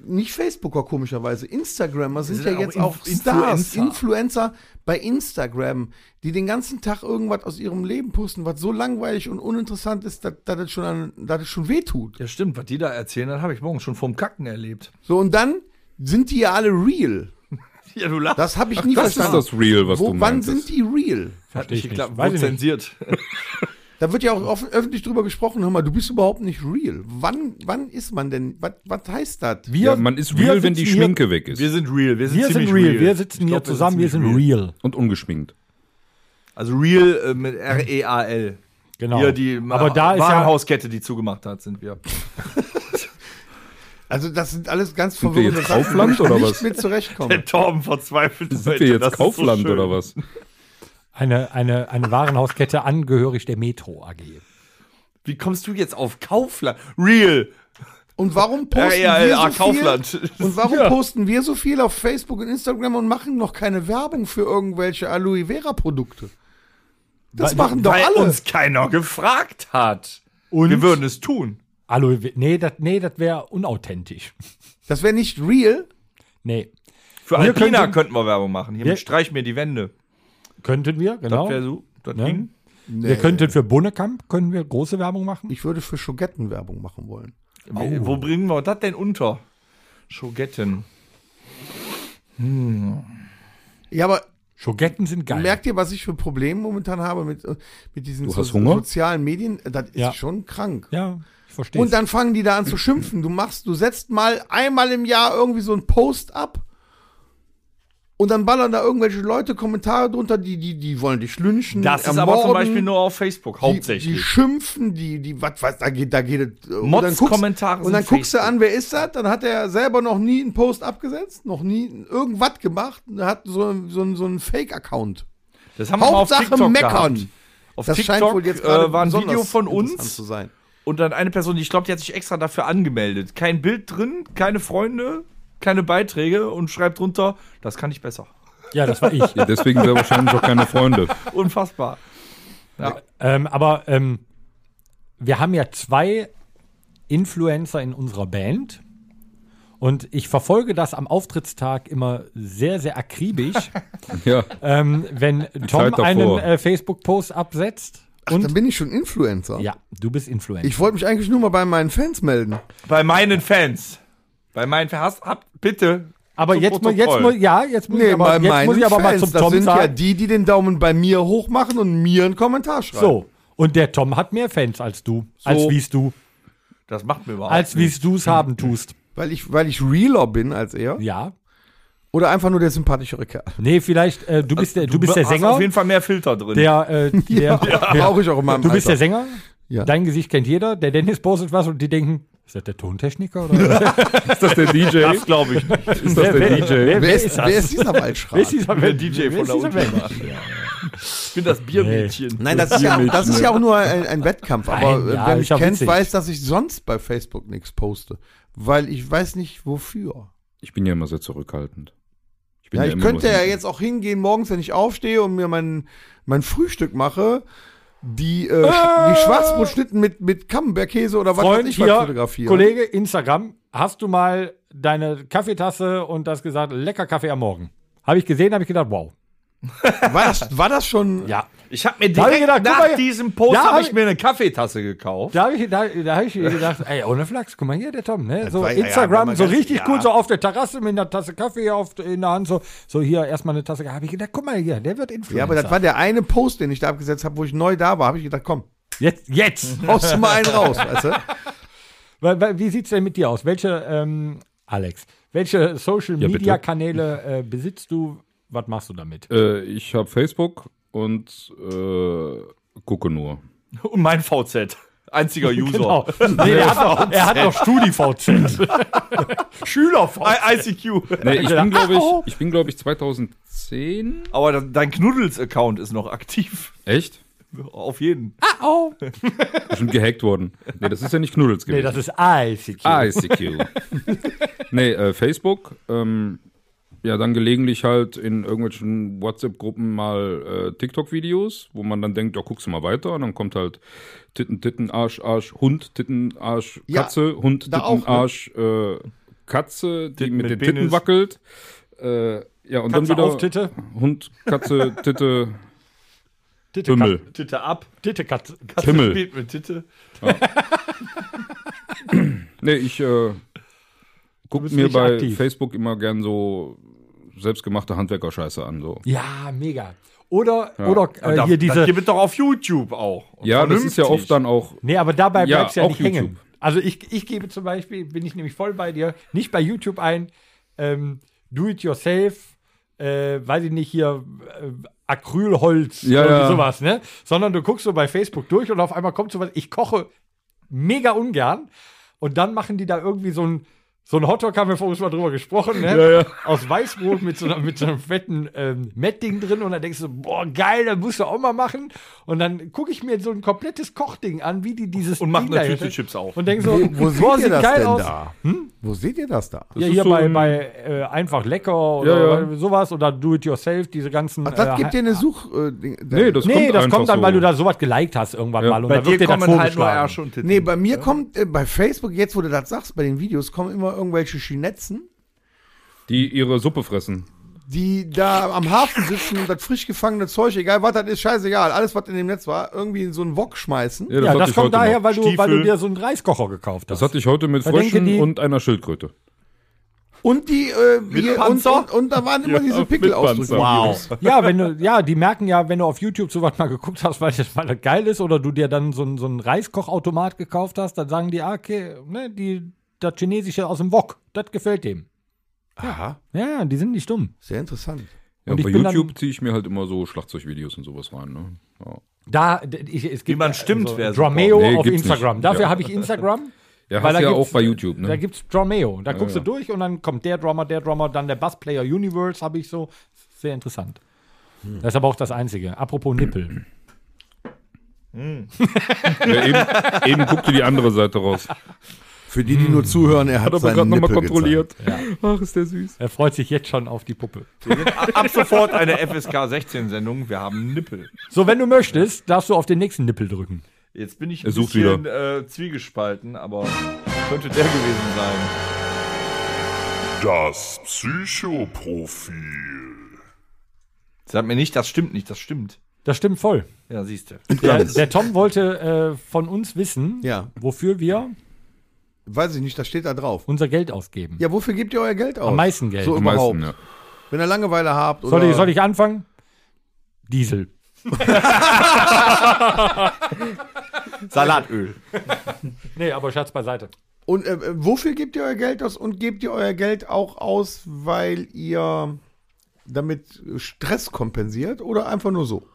nicht Facebooker komischerweise, Instagrammer sind,
Sind
ja
auch
jetzt
Inf-
auch Stars,
Influencer.
Influencer bei Instagram, die den ganzen Tag irgendwas aus ihrem Leben posten, was so langweilig und uninteressant ist, dass, dass, das, schon an, dass das schon wehtut.
Ja, stimmt. Was die da erzählen, das habe ich morgen schon vorm Kacken erlebt.
So und dann sind die ja alle real.
Ja, du lachst.
Das habe ich nie
Das ist
verstanden.
das Real, was
Wo,
du
wann
meinst.
sind die real?
Versteh
Hat
ich
nicht
nicht. Weiß
geklappt. Wurde
ich nicht.
zensiert.
Da wird ja auch offen, öffentlich drüber gesprochen, hör mal, du bist überhaupt nicht real. Wann, wann ist man denn? Was, was heißt das?
ja, man ist real, wenn die
sitzen hier-
Schminke weg ist.
Wir sind real. Wir sind,
Wir sind
ziemlich
real. Wir
Ich
sitzen
glaub,
hier zusammen, wir sind
ziemlich
real.
Und ungeschminkt.
Also real äh, mit R-E-A-L.
Genau.
Wir, die
Aber da ist ja
Warenhauskette, die zugemacht hat, sind wir.
Also, das sind alles ganz
Sind wir jetzt
Sachen,
Kaufland
wo ich
oder
nicht
was?
mit zurechtkomme.
Torben verzweifelt.
Sind wir jetzt Kaufland oder was?
eine, eine, eine Warenhauskette angehörig der Metro AG.
Wie kommst du jetzt auf Kaufland? Real. E
Und warum posten
Ja, ja,
wir
ja,
so
Kaufland.
viel? Und warum posten wir so viel auf Facebook und Instagram und machen noch keine Werbung für irgendwelche Aloe Vera Produkte? Das
Weil-
machen doch
Weil
alle.
uns keiner gefragt hat. Und? Wir würden es tun.
Aloe, Ve- nee, das nee, das wäre unauthentisch.
das wäre nicht real.
Nee.
Für
Wir
Alpina
könnten-
könnten wir Werbung machen. Hier
Wir-
streich mir die Wände.
Könnten wir, genau.
Das wäre so. Das
Ja.
ging.
Wir könnten für Bonnekamp können wir große Werbung machen.
Ich würde für Schogetten Werbung machen wollen.
Wo bringen wir das denn unter? Schogetten.
Ja, aber
Schogetten sind geil.
Merkt ihr, was ich für Probleme momentan habe mit, äh, mit diesen
Du hast Hunger?
sozialen Medien? Das ist
Ja.
schon krank.
ja, ich verstehe.
Und dann fangen die da an zu schimpfen. Du machst, du setzt mal einmal im Jahr irgendwie so einen Post ab Und dann ballern da irgendwelche Leute Kommentare drunter, die, die, die wollen dich lynchen.
Das ist aber zum
ermorden.
Beispiel nur auf Facebook,
Die, die
hauptsächlich.
schimpfen, die, die, was weiß, da geht, da geht es. äh, und
Mods-
dann guckst-
Kommentare
Und dann
sind
guckst du an, wer ist das? Dann hat er selber noch nie einen Post abgesetzt, noch nie irgendwas gemacht, und hat so, so, so einen Fake-Account.
Das haben
Hauptsache meckern.
gehabt. Auf
Das
TikTok
scheint wohl jetzt
äh,
gerade
war ein
besonders
Video von
interessant
uns
zu sein.
und dann eine Person, ich glaube, die hat sich extra dafür angemeldet. Kein Bild drin, keine Freunde, keine Beiträge und schreibt drunter, das kann ich besser.
Ja, das war ich.
Ja, deswegen wäre wahrscheinlich auch keine Freunde.
Unfassbar.
ähm, aber ähm, wir haben ja zwei Influencer in unserer Band. Und ich verfolge das am Auftrittstag immer sehr, sehr akribisch,
Ja,
ähm, wenn Tom
davor.
einen äh, Facebook-Post absetzt.
Ach,
Und
dann bin ich schon Influencer.
ja, du bist Influencer.
Ich wollte mich eigentlich nur mal bei meinen Fans melden.
Bei meinen Fans. Bei meinen Fans, habt bitte.
aber
zum
jetzt mal, jetzt
Protokoll.
mal, ja, jetzt muss
Nee,
ich aber,
bei
jetzt
meinen
muss ich aber mal
Fans.
zum
das
Tom
sind ja
sagen.
die, die den Daumen bei mir hoch machen und mir einen Kommentar schreiben.
so. Und der Tom hat mehr Fans als du, als wie's du,
Das macht mir überhaupt
als wie's du's haben tust.
Weil ich, weil ich realer bin als er.
Ja. oder
Oder einfach nur der sympathischere Kerl.
Nee, vielleicht, äh, du bist der, du bist der
hast
Sänger.
auf jeden Fall mehr Filter drin.
Der, äh, der,
Brauche ich auch in meinem
Du bist der
Alter.
Sänger,
Ja.
dein Gesicht kennt jeder, der Dennis postet was und die denken, ist das der Tontechniker oder
ist das der DJ?
das glaube ich nicht.
Ist das der DJ?
Wer ist, wer ist dieser
Wer ist
Waldschrank?
dieser
Der
Welt?
DJ von
ist
der
dieser
Ultima. Ich bin das Biermädchen.
Nein, das ist, ja, das ist ja auch nur ein, ein Wettkampf. Aber
Nein,
äh,
ja,
wer
ist
mich
ja
kennt,
witzig.
weiß, dass ich sonst bei Facebook nichts poste. Weil ich weiß nicht, wofür.
Ich bin ja immer sehr zurückhaltend. bin
Ja, ich
immer
könnte
was-
ja jetzt auch hingehen morgens, wenn ich aufstehe und mir mein, mein Frühstück mache, die, äh, die Schwarzbrotschnitten mit, mit Camembert-Käse oder was weiß
Freund
ich was
hier,
fotografieren.
Kollege Instagram, hast du mal deine Kaffeetasse und das gesagt, lecker Kaffee am Morgen? Habe ich gesehen, habe ich gedacht, wow.
War das, war das schon?
Ja.
Ich habe mir
Da hab ich
direkt
gedacht, guck
nach
mal hier.
diesem Post
Ja, hab
habe ich
ich-
mir eine Kaffeetasse gekauft.
Da habe ich, da, da hab ich gedacht, ey, ohne Flachs, guck mal hier, der Tom, ne? So
war- ja, ja, wenn
Instagram,
man
so
ganz-
richtig
ja.
cool, so auf der Terrasse mit einer Tasse Kaffee auf, in der Hand, so, so hier erstmal eine Tasse. Da habe ich gedacht, guck mal hier, der wird Influencer.
Ja, aber das war der eine Post, den ich da abgesetzt habe, wo ich neu da war. Habe ich gedacht, komm,
jetzt, jetzt!
haust du mal einen raus, weißt du?
Weil, weil, wie sieht's denn mit dir aus? Welche, ähm, Alex, welche Social
Ja, bitte.
Media Kanäle äh, besitzt du? Was machst du damit?
Äh, ich habe Facebook und äh, gucke nur.
Und mein VZ. Einziger User.
Genau. Nee, er hat noch, er hat noch StudiVZ. SchülerVZ.
I- ICQ.
Nee, ich
Ja.
bin, glaube
Äh, Au.
ich, ich, bin, glaub ich, 2010.
Aber das- dein Knuddels-Account ist noch aktiv.
Echt?
Auf jeden.
Oh.
Bestimmt gehackt worden. Nee, das ist ja nicht Knuddels
Nee,
gewesen.
das ist ICQ.
Ah,
Ah,
ICQ. nee, äh, Facebook. Ähm, ja, dann gelegentlich halt in irgendwelchen WhatsApp-Gruppen mal äh, TikTok-Videos, wo man dann denkt, ja, guckst du mal weiter. Und dann kommt halt Titten, Titten, Arsch, Arsch, Hund, Titten, Arsch,
Ja,
Katze, Hund, Titten,
da auch, ne?
Arsch, äh, Katze, die
Titten
mit,
mit
den Titten
Penis.
wackelt. Äh, ja,
Katze
und dann wieder
auf, Titte.
Hund, Katze, Titte,
Titte,
Pimmel.
Titte ab.
Titte, Katze.
Pimmel.
Spielt mit Titte.
Nee, ich äh, gucke
bist
mir
nicht
bei
aktiv.
Facebook immer gern so selbstgemachte Handwerkerscheiße an. So.
Ja, mega. Oder, oder
Und
äh,
da-
hier
Das
diese.
gibt es doch auf YouTube auch. Und
Ja, das ist ja oft dann auch.
Nee, aber dabei
Ja,
bleibst du ja
auch
nicht
YouTube.
hängen. Also ich, ich gebe zum Beispiel, bin ich nämlich voll bei dir, nicht bei YouTube ein, ähm, do it yourself, äh, weiß ich nicht, hier äh, Acrylholz
Ja,
irgendwie
ja.
sowas, ne? Sondern du guckst so bei Facebook durch und auf einmal kommt sowas, ich koche mega ungern und dann machen die da irgendwie so ein so ein Hotdog haben wir vor uns mal drüber gesprochen, ne? Aus Weißbrot mit so, einer, mit so einem fetten ähm, Mettding drin. Und dann denkst du, boah, geil, das musst du auch mal machen. Und dann gucke ich mir so ein komplettes Kochding an, wie die dieses
Und mach
Ding
eine
da
Tüte
hätte.
Chips auf.
Und denk so,
Wo seht
boah,
ihr
sieht
das
geil
denn
aus. Hm?
da? Wo seht ihr das da?
Ja,
ist
hier
so
bei,
ein-
bei äh, einfach lecker oder
Ja, ja.
sowas oder do it yourself, diese ganzen.
Ach, das
äh,
gibt dir eine Such... Äh, Ding-
Nee, das
Nee,
kommt
das
einfach
kommt dann,
so.
weil du da sowas geliked hast irgendwann
Ja.
mal. Und
Bei
dann wird dir
dir
das
kommen halt nur
vorgeschlagen.
Arsch und Titte.
Nee, bei mir kommt, äh, bei Facebook, jetzt wo du das sagst, bei den Videos kommen immer irgendwelche Chinetzen,
Die ihre Suppe fressen.
die da am Hafen sitzen und das frisch gefangene Zeug, egal was das ist, scheißegal, alles was in dem Netz war, irgendwie in so einen Wok schmeißen.
ja, das
ich heute
kommt daher,
noch.
weil du, weil du
Stiefel.
dir so einen Reiskocher gekauft hast.
Das hatte ich heute mit
Da denke
Fröschen
die-
und einer Schildkröte.
Und die, äh, hier, und,
Panzer?
und, und da waren immer diese
mit
Pickel ausdrücken.
Panzer.
Ja, wenn du, ja, die merken ja, wenn du auf YouTube sowas mal geguckt hast, weil das, weil das geil ist, oder du dir dann so, einen- so einen Reiskochautomat gekauft hast, dann sagen die, ah, okay, ne, die, das Chinesische aus dem Wok, das gefällt dem.
Aha,
Ja, ja, die sind nicht dumm.
sehr interessant.
Ja,
Und ich
bei
bin dann-
YouTube ziehe ich mir halt immer so Schlagzeugvideos und sowas rein. Ne? Ja.
Da, d- ich, es gibt
man stimmt, wer so
Dromeo
kommt. Nee,
auf
gibt's
Instagram.
nicht.
Dafür
Ja.
habe ich Instagram.
Ja,
Weil
hast
da
ja
gibt's-
auch bei YouTube, ne?
Da gibt's Dromeo. Da guckst
ja.
du durch und dann kommt der Drummer, der Drummer, dann der Bassplayer Universe habe ich so. Sehr interessant.
Hm.
Das ist aber auch das Einzige. Apropos Nippel.
ja, eben, eben guckte die andere Seite raus. Hat
Für die, die
Hm.
nur zuhören, er hat,
aber
seinen
gerade nochmal
Nippel
kontrolliert.
Ja.
Ach, ist der süß.
Er freut sich jetzt schon auf die Puppe.
Wir sind a- ab sofort eine FSK 16 Sendung. Wir haben Nippel.
So, wenn du möchtest, darfst du auf den nächsten Nippel drücken.
Jetzt bin ich
Er
ein
sucht
bisschen äh, zwiegespalten, aber könnte der gewesen sein.
Das Psychoprofil.
Sag mir nicht, das stimmt nicht, das stimmt.
Das stimmt voll.
Ja, siehst du.
Der, der Tom wollte äh, von uns wissen,
Ja.
wofür wir
gezeigt. Weiß ich nicht, das steht da drauf.
unser Geld ausgeben.
Ja, wofür gebt ihr euer Geld aus?
Am meisten Geld.
So
Am
überhaupt.
meisten, ja.
Wenn ihr Langeweile habt
Soll
oder
ich, soll ich anfangen? Diesel.
Salatöl.
Nee, aber Scherz beiseite.
Und äh, äh, wofür gebt ihr euer Geld aus? Und gebt ihr euer Geld auch aus, weil ihr damit Stress kompensiert oder einfach nur so?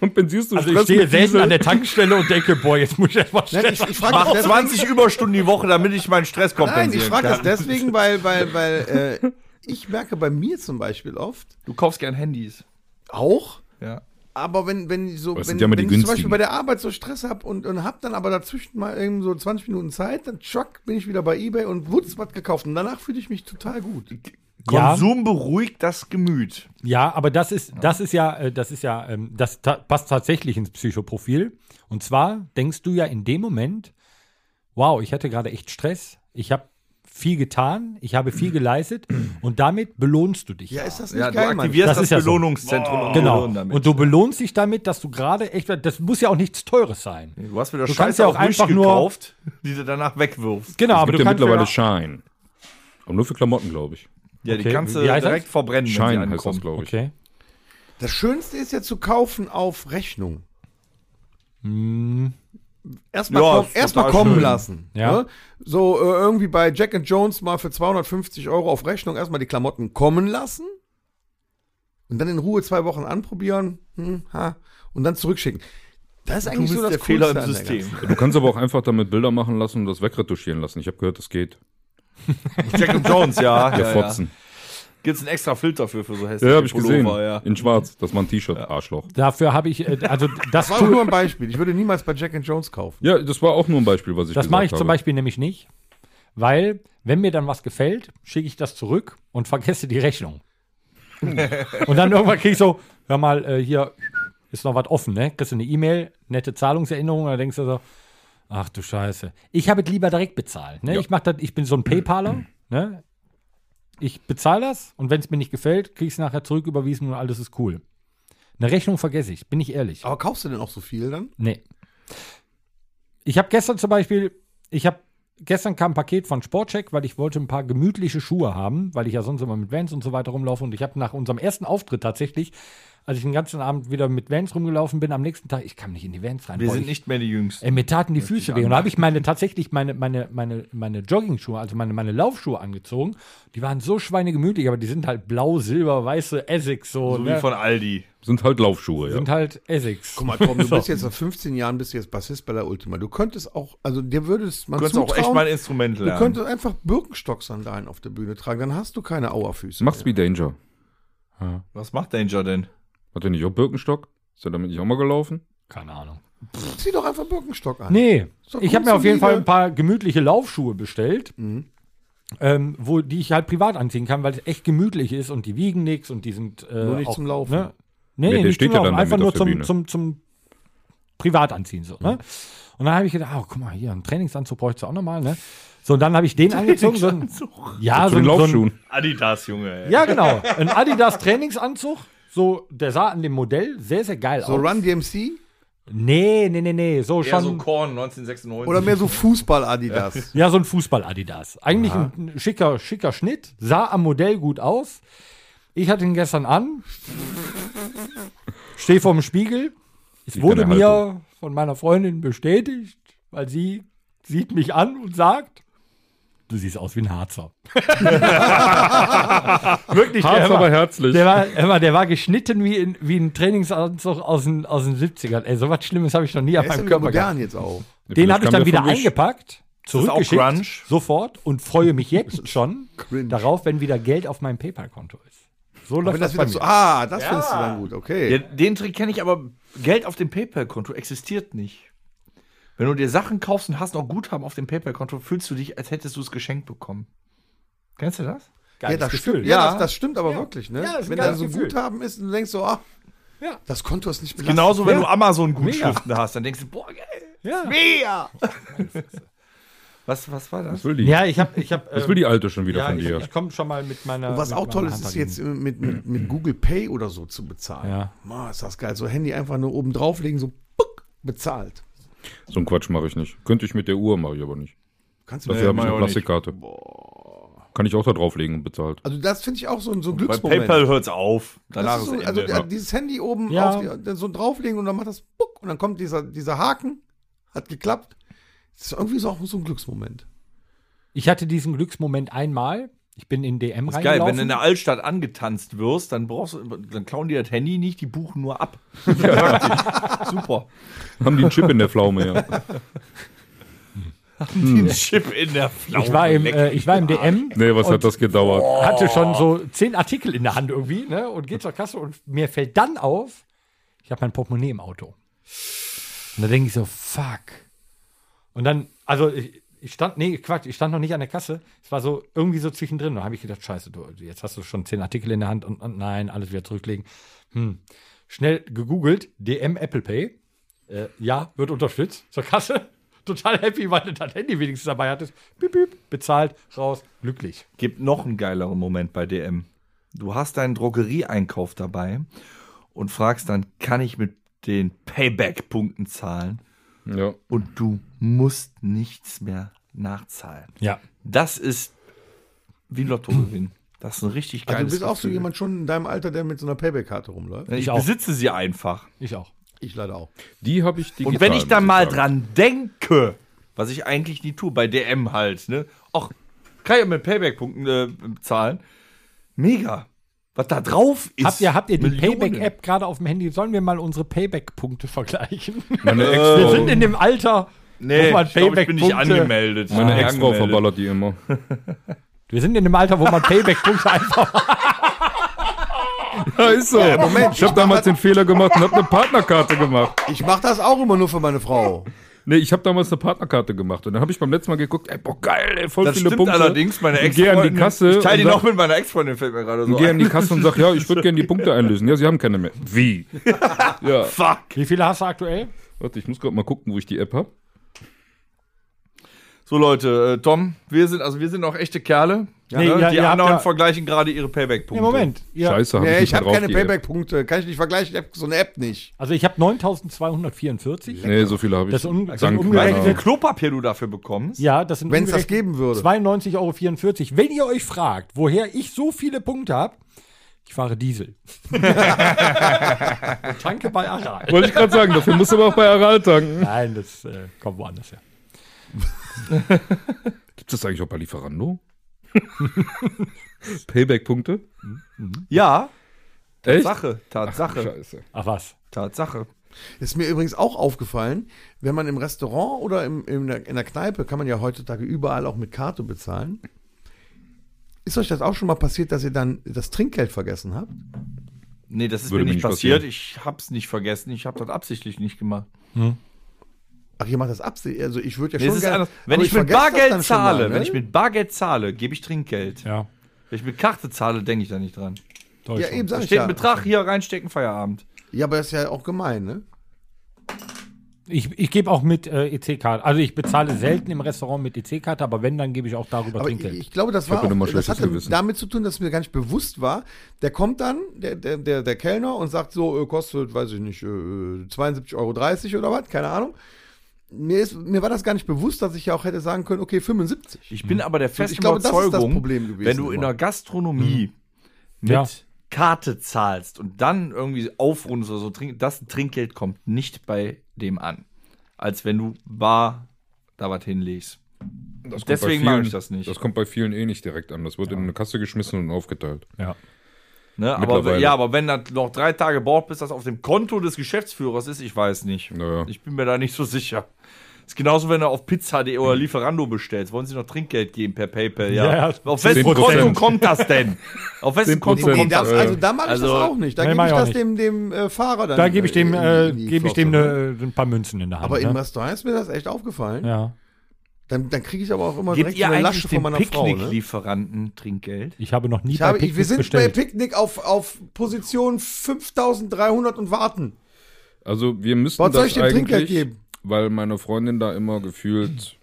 Kompensierst du
Also ich stehe selten an der Tankstelle und denke, boah, jetzt muss ich erstmal
Nein,
schnell.
Ne, ich, ich frage
Mach
das, deswegen-
20 Überstunden die Woche, damit ich meinen Stress kompensieren
Nein, ich frage das
kann.
deswegen, weil, weil, weil äh, ich merke bei mir zum Beispiel oft
Du kaufst gern Handys.
auch,
Ja.
aber wenn, wenn ich so,
Aber es
wenn,
sind ja immer
wenn
die
ich zum Beispiel
günstigen.
bei der Arbeit so Stress habe und, und hab dann aber dazwischen mal eben so 20 Minuten Zeit, dann tschack, bin ich wieder bei Ebay und wutz was gekauft. Und danach fühle ich mich total gut.
Ja.
Konsum beruhigt das Gemüt.
Ja, aber das ist, das ist ja, äh, das ist ja, ähm, das ta passt tatsächlich ins Psychoprofil. Und zwar denkst du ja in dem Moment, wow, ich hatte gerade echt Stress, ich habe viel getan, ich habe viel geleistet und damit belohnst du dich.
Ja, ist das nicht
Ja,
geil,
du
Mann?
aktivierst
Das
das,
ist ja so.
Belohnungszentrum. im
Genau.
Gehirn damit.
Und du belohnst dich damit, dass du gerade echt, das muss ja auch nichts Teures sein.
du hast wieder
Du
Scheiße
kannst ja auch
auf Wish
einfach nur-
gekauft, die du danach wegwirfst.
Genau,
Es
aber
gibt
du
ja
kannst
mittlerweile
ja,
Shine. Aber nur für Klamotten, glaube ich.
Ja,
Okay.
die kannst du
Wie heißt das?
direkt verbrennen,
Shine heißt das, glaube ich.
okay.
Das Schönste ist ja zu kaufen auf Rechnung. Erstmal
Hm. Ja,
komm,
ist
erst mal
total
kommen
schön.
lassen.
Ja.
Ne? So äh, irgendwie bei Jack and Jones mal für 250 Euro auf Rechnung erstmal die Klamotten kommen lassen und dann in Ruhe zwei Wochen anprobieren hm, ha, und dann zurückschicken. Das ist
Du
eigentlich
bist
so das
der Fehler im
Coolste an der
System.
Du kannst aber auch einfach damit Bilder machen lassen und das wegretuschieren lassen. Ich habe gehört, das geht.
Jack and Jones, ja.
Der
ja, ja.
Fotzen.
Gibt's einen extra Filter für, für so
Ja,
hässliche
hab habe ich gesehen.
Pullover,
In schwarz. Das war ein T-Shirt. Arschloch.
Dafür habe ich, äh, also das,
Ganzen. War auch nur ein Beispiel. Ich würde niemals bei Jack and Jones kaufen.
Ja, das war auch nur ein Beispiel, was ich
das
gesagt
mache ich zum
habe.
Beispiel nämlich nicht, weil wenn mir dann was gefällt, schicke ich das zurück und vergesse die Rechnung. und dann irgendwann kriege ich so, hör mal, äh, hier ist noch was offen, ne? Kriegst du eine E-Mail, nette Zahlungserinnerung, und dann denkst du so, ach du Scheiße. Ich habe es lieber direkt bezahlt, ne?
Ja.
Ich mach das, ich bin so ein PayPaler, ne? Ich bezahle das und wenn es mir nicht gefällt, krieg ich es nachher zurück überwiesen und alles ist cool. Eine Rechnung vergesse ich, bin ich ehrlich.
Aber kaufst du denn auch so viel dann?
Nee. Ich habe gestern zum Beispiel, ich habe gestern kam ein Paket von Sportcheck, weil ich wollte ein paar gemütliche Schuhe haben, weil ich ja sonst immer mit Vans und so weiter rumlaufe und ich habe nach unserem ersten Auftritt tatsächlich, als ich den ganzen Abend wieder mit Vans rumgelaufen bin, am nächsten Tag, ich kam nicht in die Vans rein.
Wir
Boah,
sind
ich,
nicht mehr die Jüngsten.
Ey, mir taten die Füße weh. Und da habe ich meine tatsächlich meine, meine, meine, meine Jogging-Schuhe, also meine, meine Laufschuhe angezogen. Die waren so schweinegemütlich, aber die sind halt blau, silber, weiße Essex so.
so
ne?
wie von Aldi.
Sind halt Laufschuhe, ja.
sind halt Essex.
Guck mal, Tom, du bist jetzt seit 15 Jahren bist du jetzt Bassist bei der Ultima. Du könntest auch, also dir würdest man
Du kannst auch echt
zutrauen-
mal ein Instrument
Du
lernen.
könntest einfach Birkenstock-Sandalen auf der Bühne tragen, dann hast du keine Auerfüße.
Mach's wie Danger.
Was macht Danger denn?
Hat er nicht auch Birkenstock? Ist er damit nicht auch mal gelaufen?
Keine Ahnung.
Zieh doch einfach Birkenstock an.
Nee,
doch
ich habe mir auf jeden
grundsolide.
Fall ein paar gemütliche Laufschuhe bestellt,
Mhm.
ähm, wo, die ich halt privat anziehen kann, weil es echt gemütlich ist und die wiegen nichts und die sind. Äh,
Nur nicht zum Laufen.
Ne? Nee,
Nee,
nee,
der
nicht
steht
zum
ja
Laufen,
dann
einfach
damit
nur
auf der
zum,
Bühne.
zum, zum privat anziehen. So, ne? Und dann habe ich gedacht, oh, guck mal, hier, einen Trainingsanzug bräuchte ich auch nochmal. Ne? So, und dann habe ich den angezogen. So ein, ja,
Zu
Ah, so, ein-
den
so ein,
Laufschuhen.
Adidas, Junge. Ey.
Ja, genau. Ein Adidas Trainingsanzug. So, der sah an dem Modell sehr, sehr geil
So
aus.
Run DMC
Nee, nee, nee, nee. So
Eher
schon.
so Korn 1996.
oder mehr so Fußball-Adidas.
Ja, so ein Fußball-Adidas. Eigentlich ein ein schicker, schicker Schnitt, sah am Modell gut aus. Ich hatte ihn gestern an, stehe vorm Spiegel. Es
Sieht
wurde
deine
mir
Haltung.
von meiner Freundin bestätigt, weil sie sieht mich an und sagt, du siehst aus wie ein Harzer. Wirklich, der
Hart,
war-
aber herzlich.
Der war, hör mal, der war geschnitten wie, in, wie ein Trainingsanzug aus den, aus den 70ern. Ey, so was Schlimmes habe ich noch nie
Der
an
ist
meinem
irgendwie
Körper gehabt.
modern jetzt auch.
Vielleicht
Den habe ich
kam
dann
der
wieder
von Wish.
eingepackt,
das auch
zurückgeschickt,
Grunge?
sofort und freue mich jetzt schon
Cringe.
darauf, wenn wieder Geld auf meinem PayPal-Konto ist. So
Wenn
läuft
das
das bei
wieder so,
mir.
ah, das findest du dann gut, okay.
Ja, den Trick kenne ich, aber Geld auf dem PayPal-Konto existiert nicht. Wenn du dir Sachen kaufst und hast noch Guthaben auf dem PayPal-Konto, fühlst du dich, als hättest du es geschenkt bekommen. Kennst du das?
Ja,
Geiles
das
Gefühl.
stimmt. Ja,
Ja.
Das, das stimmt aber wirklich, ne?
Ja, das ist ein
wenn da
geiles
so
Gefühl.
Guthaben ist und du denkst so, ah,
Ja.
das Konto ist nicht belastet.
Genauso, wenn
Ja.
du Amazon-Gutschriften hast, dann denkst du, boah, geil.
Ja.
Mega! was, was war das?
Was will die?
ja, ich habe, ich habe.
Was will die Alte schon wieder
ja,
von
ich,
dir?
ich komme schon mal mit meiner.
Und was
mit
auch
meiner
toll ist,
Hand
ist
dagegen.
jetzt äh, mit, mit, mit Google Pay oder so zu bezahlen.
Ja.
Ma, ist das geil. So Handy einfach nur oben drauflegen, so puck, bezahlt.
So einen Quatsch mache ich nicht. Könnte ich mit der Uhr, mache ich aber nicht.
Kannst du
Dafür habe ich eine Plastikkarte. Kann ich auch da drauflegen und bezahlt.
Also das finde ich auch so, ein- so ein
Bei
Glücksmoment.
PayPal hört's auf. Danach
das
ist,
ist so,
Ende.
also äh, dieses Handy oben
Ja.
auf die, so drauflegen und dann macht das puck und dann kommt dieser, dieser Haken, hat geklappt. Das ist irgendwie so auch so ein Glücksmoment.
Ich hatte diesen Glücksmoment einmal. Ich bin in DM
ist geil,
reingelaufen.
wenn du in der Altstadt angetanzt wirst, dann brauchst du, dann klauen die das Handy nicht, die buchen nur ab. Super.
Haben die einen Chip in der Pflaume, ja.
Den Chip in der Pflaume.
ich war im,
Leck
äh, ich war im DM.
Nee, was hat das gedauert?
hatte schon so zehn Artikel in der Hand irgendwie, ne? Und geht zur Kasse und mir fällt dann auf, ich habe mein Portemonnaie im Auto. Und da denke ich so, fuck. Und dann, also ich, ich stand, nee, Quatsch, ich stand noch nicht an der Kasse. Es war so irgendwie so zwischendrin. Und da habe ich gedacht, scheiße, du, jetzt hast du schon zehn Artikel in der Hand und, und nein, alles wieder zurücklegen. Hm. Schnell gegoogelt, DM Apple Pay. Äh, ja, wird unterstützt zur Kasse. Total happy, weil du dein Handy wenigstens dabei hattest. Piep, piep, bezahlt, raus, glücklich.
gibt noch einen geileren Moment bei DM. Du hast deinen Drogerieeinkauf dabei und fragst dann, kann ich mit den Payback-Punkten zahlen?
Ja.
Und du musst nichts mehr nachzahlen.
Ja,
Das ist wie Lotto gewinnen. Das ist ein richtig geiles
Also du bist auch so
Gefühl.
jemand schon in deinem Alter, der mit so einer Payback-Karte rumläuft.
Ich,
Ich auch.
besitze sie einfach.
ich auch.
Ich leider auch.
Die habe ich digital.
Und wenn ich dann
muss
mal
sagen.
dran denke, was ich eigentlich nie tue, bei DM halt, ne? Ach, kann ich ja mit Payback-Punkten äh, zahlen. Mega. Was da drauf ist.
Habt ihr, habt ihr die
Millionen.
Payback-App gerade auf dem Handy? Sollen wir mal unsere Payback-Punkte vergleichen?
Meine
Wir sind in
Ex-Frau,
dem Alter,
Oh. Nee, ich, glaub, ich bin nicht
Payback-Punkte.
angemeldet.
meine
Ah,
Ex-Frau
angemeldet.
verballert die immer.
Wir sind in dem Alter, wo man Payback-Punkte einfach.
Ja, ist so.
Moment,
ich habe damals den Fehler gemacht und habe eine Partnerkarte gemacht.
Ich mache das auch immer nur für meine Frau.
Nee, ich habe damals eine Partnerkarte gemacht. Und dann habe ich beim letzten Mal geguckt, ey, boah, geil, ey, voll
Das
viele
stimmt
Punkte.
allerdings, meine
Ich
ex
gehe an die Kasse
Ich teile die
und
noch
sag-
mit meiner Ex-Freundin, fällt mir gerade so
Und gehe an
ein.
die Kasse und sage, ja, ich würde gerne die Punkte einlösen. Ja, sie haben keine mehr. Wie? Ja,
Fuck.
Wie viele hast du aktuell?
warte, ich muss gerade mal gucken, wo ich die App habe.
So Leute, äh, Tom, wir sind, also wir sind auch echte Kerle.
Nee,
ne?
ja,
die
ihr habt
anderen
ja-
vergleichen gerade ihre Payback-Punkte.
Nee, Moment. Ihr,
Scheiße, habe
nee,
ich
ich
nicht mehr
habe
drauf.
keine
die App.
Payback-Punkte. Kann ich nicht vergleichen. Ich hab so eine App nicht.
Also ich habe 9244.
Nee, so viele habe ich.
Das un- das
Dank
Weißt du, wie
ungerechnet-
meiner
viel Klopapier du dafür bekommst?
Ja, das sind
Wenn es das
umgerechnet
geben würde.
92,44 Euro. Wenn ihr euch fragt, woher ich so viele Punkte habe, ich fahre Diesel. Und Tanke bei Aral.
Wollte ich gerade sagen, dafür musst du aber auch bei Aral tanken.
Nein, das äh, kommt woanders her.
Gibt es das eigentlich auch bei Lieferando? Payback-Punkte?
Ja,
Echt?
Sache, Tatsache,
Scheiße.
Ach was.
Tatsache.
Ist mir übrigens auch aufgefallen, wenn man im Restaurant oder im, in, der, in der Kneipe, kann man ja heutzutage überall auch mit Karte bezahlen. Ist euch das auch schon mal passiert, dass ihr dann das Trinkgeld vergessen habt?
Nee, das ist
Würde
mir
mir
nicht
nicht
passiert.
passieren.
Ich hab's nicht vergessen. Ich hab das absichtlich nicht gemacht.
Ach, ihr macht das absichtlich. Also ich würde ja
Nee, es
schon
ist
gerne...
anders. Wenn
aber
ich, mit
vergesse das
Bargeld
dann schon mal,
zahle,
ne?
wenn ich mit Bargeld zahle, gebe ich Trinkgeld.
Ja.
Wenn ich mit Karte zahle, denke ich da nicht dran.
Toll
Ja, eben sag
Da
ich
steht
ja.
ein Betrag hier reinstecken, Feierabend.
Ja, aber das ist ja auch gemein, ne?
Ich, ich gebe auch mit äh, EC-Karte. Also ich bezahle selten im Restaurant mit EC-Karte, aber wenn, dann gebe ich auch darüber
Aber ich,
Trinkgeld.
ich glaube, das
hab
war
ja nur mal
auch, das
schlechtes
hatte
Gewissen.
damit zu tun, dass mir gar nicht bewusst war. Der kommt dann, der, der, der, der Kellner, und sagt so, äh, kostet, weiß ich nicht, äh, 72,30 Euro oder was, keine Ahnung. Mir, ist, mir war das gar nicht bewusst, dass ich ja auch hätte sagen können, okay, 75.
Ich bin aber der festen
Ich glaube, das ist das
Überzeugung,
Problem gewesen
wenn du in
immer.
der Gastronomie mit
Ja.
Karte zahlst und dann irgendwie aufrundest oder so, trink- das Trinkgeld kommt nicht bei dem an. Als wenn du bar da was hinlegst.
Das kommt
Deswegen
bei vielen,
mag ich das nicht.
Das kommt bei vielen eh nicht direkt an. Das wird in eine Kasse geschmissen und aufgeteilt.
Ja.
Ne? Aber,
Mittlerweile.
ja, aber wenn das noch drei Tage braucht, bis das auf dem Konto des Geschäftsführers ist, ich weiß nicht.
Naja.
Ich bin mir da nicht so sicher. Ist genauso, wenn du auf Pizza.de oder
Hm.
Lieferando bestellst. Wollen sie noch Trinkgeld geben per PayPal? Ja.
Ja, ja.
Auf wessen
10%.
Konto kommt das denn? Auf wessen Konto
10%.
kommt
das,
das?
äh,
also da mache ich das
also,
auch nicht. Da
nee,
gebe
mach
ich
ich auch
das
nicht.
dem, dem äh, Fahrer dann.
Da gebe ich dem,
in
äh,
die- in die
gebe ich dem
Flosse.
ne, ein paar Münzen in der Hand.
Aber im
ne?
Restaurant ist mir das echt aufgefallen.
Ja.
Dann, dann kriege ich aber auch immer
Gebt
direkt so
ihr
eine
eigentlich
Lasche von
den
meiner Frau. Ne?
Picknicklieferanten Trinkgeld?
Ich habe noch nie
Ich habe, ich,
Picknick
wir sind
bestellt.
bei Picknick auf, auf Position 5300 und warten.
Also wir müssten
Was soll ich
das
dem Trinkgeld
eigentlich,
geben?
weil meine Freundin da immer gefühlt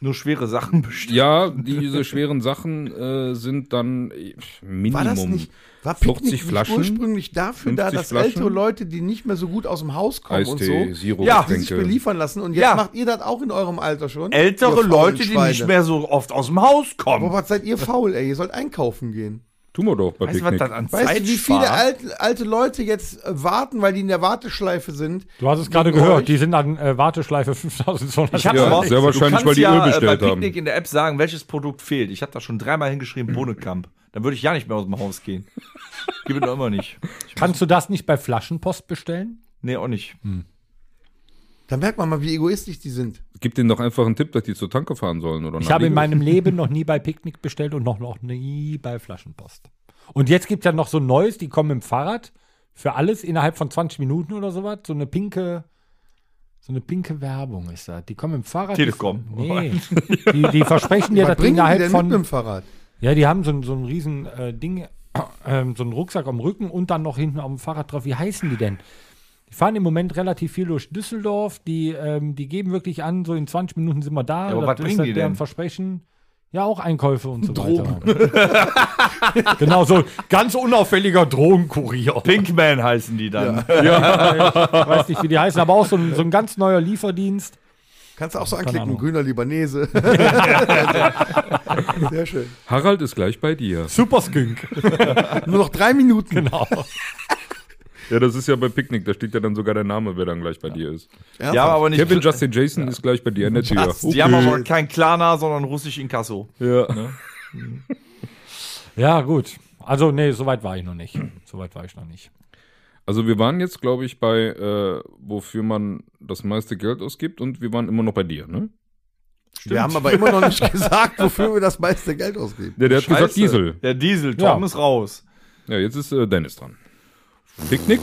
Nur schwere Sachen bestellen.
Ja, diese schweren Sachen äh, sind dann äh, Minimum.
War das nicht, war
40
Picknick nicht
Flaschen,
ursprünglich dafür da,
50
dass ältere
Flaschen.
Leute, die nicht mehr so gut aus dem Haus kommen
Eistee,
und so,
Sirup,
Ja,
die sich
Getränke.
beliefern lassen. Und jetzt
Ja.
macht ihr das auch in eurem Alter schon? Ihr
Ältere
faulen
Leute, die nicht
Schweine.
mehr so oft aus dem Haus kommen.
Boah, was seid ihr faul, ey? Ihr sollt einkaufen gehen.
Tun wir doch bei
weißt du, was
Picknick.
das an
Weißt
Zeit
du, wie
spart?
viele alte, alte Leute jetzt äh, warten, weil die in der Warteschleife sind?
Du hast es gerade
Wegen
gehört,
euch?
die sind an äh, Warteschleife 5200.
Ich hab's
Ja,
aber,
sehr
du
wahrscheinlich,
kannst
weil die
ja,
Öl
äh,
bestellt
bei
haben.
Picknick in der App sagen, welches Produkt fehlt. Ich habe da schon dreimal hingeschrieben, Bohnenkamp. Dann würde ich ja nicht mehr aus dem Haus gehen. Gib mir doch immer nicht. Ich,
Kannst du das nicht bei Flaschenpost bestellen?
nee, auch nicht.
Da merkt man mal, wie egoistisch die sind.
Gib denen doch einfach einen Tipp, dass die zur Tanke fahren sollen oder
Ich
nach
habe in
Lidl.
meinem Leben noch nie bei Picknick bestellt und noch, noch nie bei Flaschenpost. Und jetzt gibt es ja noch so ein neues, die kommen im Fahrrad für alles innerhalb von 20 Minuten oder sowas. So eine pinke, so eine pinke Werbung ist das. Die kommen im Fahrrad.
Telekom.
Nee. Die, die versprechen dir,
was
dass die
bringen die
halt
innerhalb
denn mit
von.
dem Fahrrad?
Ja, die haben so ein, so ein riesen äh, Ding, ähm, so einen Rucksack am Rücken und dann noch hinten auf dem Fahrrad drauf. Wie heißen die denn? Die fahren im Moment relativ viel durch Düsseldorf. Die, ähm, die geben wirklich an, so in 20 Minuten sind wir da.
Ja, aber
Das
was
ist
bringen
dann
die
deren
denn?
Versprechen. Ja, auch Einkäufe und so weiter. genau, so ganz unauffälliger Drogenkurier.
Pinkman heißen die dann.
Weiß nicht, wie die heißen, aber auch so ein, so ein ganz neuer Lieferdienst.
Kannst du
Also
auch so anklicken,
Ahnung.
grüner Libanese. Sehr schön.
Harald ist gleich bei dir.
Super Skunk.
Nur noch drei Minuten.
Genau.
Ja, das ist ja bei Picknick, da steht ja dann sogar der Name, wer dann gleich bei dir ist.
Ja, aber nicht.
Kevin Justin Jason ist gleich bei dir an der Tür.
Just-
Oh,
die haben aber kein Klana, sondern russisch Inkasso.
ja.
Ja, gut. Also, nee, soweit war ich noch nicht. Soweit war ich noch nicht.
Also wir waren jetzt, glaube ich, bei äh, wofür man das meiste Geld ausgibt und wir waren immer noch bei dir, ne?
Wir haben aber immer noch nicht gesagt, wofür wir das meiste Geld ausgeben.
Der, der hat gesagt
Scheiße.
Diesel.
Der Diesel, Tom
Ja.
ist raus.
Ja, jetzt ist äh, Dennis dran. Picknick?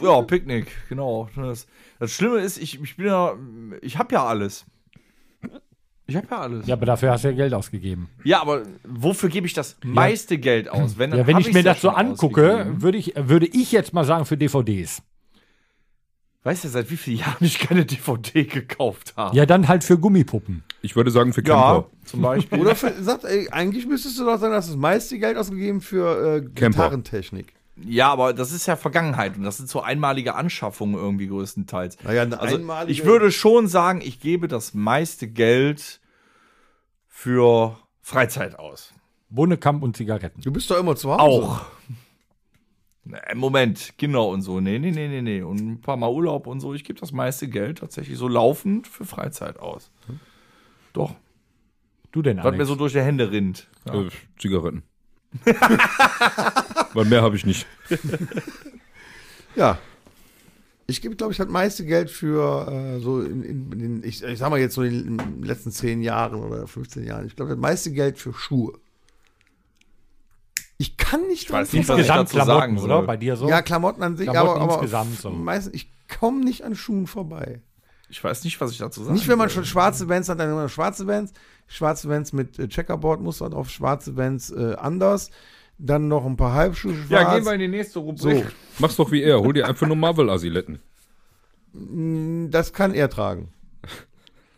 Ja, Picknick, genau. Das, das Schlimme ist, ich, ich bin ja, ich habe ja alles. Ich habe ja alles.
Ja, aber dafür hast du ja Geld ausgegeben.
Ja, aber wofür gebe ich das meiste Geld aus? Wenn, dann
Ja, wenn
hab
ich mir
ich's ja
das so
schon ausgegeben.
angucke, würde ich, würde ich jetzt mal sagen für DVDs.
Weißt du, seit wie vielen Jahren ich keine DVD gekauft habe?
Ja, dann halt für Gummipuppen.
Ich würde sagen für Camper.
zum Beispiel.
Oder für, sagt, ey, eigentlich müsstest du doch sagen, du hast das meiste Geld ausgegeben für äh, Gitarrentechnik.
ja, aber das ist ja Vergangenheit und das sind so einmalige Anschaffungen irgendwie größtenteils.
Naja, eine
Also
einmalige-
ich würde schon sagen, ich gebe das meiste Geld für Freizeit aus.
Bohnekamp und Zigaretten.
Du bist doch immer zu Hause.
Auch. Na, Also, ne, Moment, Kinder und so. Nee, nee, nee, nee, nee. Und ein paar Mal Urlaub und so. Ich gebe das meiste Geld tatsächlich so laufend für Freizeit aus. Doch,
Du denn,
was mir
Alex?
so durch die Hände rinnt.
Äh, Zigaretten. Weil mehr habe ich nicht.
Ja. Ich gebe, glaube ich, das meiste Geld für äh, so in, in, in den- ich, ich sag mal jetzt so in den letzten zehn Jahren oder 15 Jahren. Ich glaube, das meiste Geld für Schuhe. Ich kann nicht dran
weiß nicht,
vorbei.
was ich
Insgesamt
dazu
Klamotten,
sagen
oder?
soll.
Bei dir so?
Ja, Klamotten an sich, aber,
Klamotten
aber
insgesamt so.
meistens, ich komme nicht an Schuhen vorbei.
Ich weiß nicht, was ich dazu sagen
Nicht, wenn man
soll.
schon schwarze Vans hat, dann immer noch schwarze Vans. Schwarze Vans mit äh, Checkerboard-Muster drauf, schwarze Vans äh, anders. Dann noch ein paar Halbschuhe schwarz.
Ja, gehen wir in die nächste Rubrik.
so,
Mach's doch wie er. Hol dir einfach nur Marvel-Asiletten.
das kann er tragen.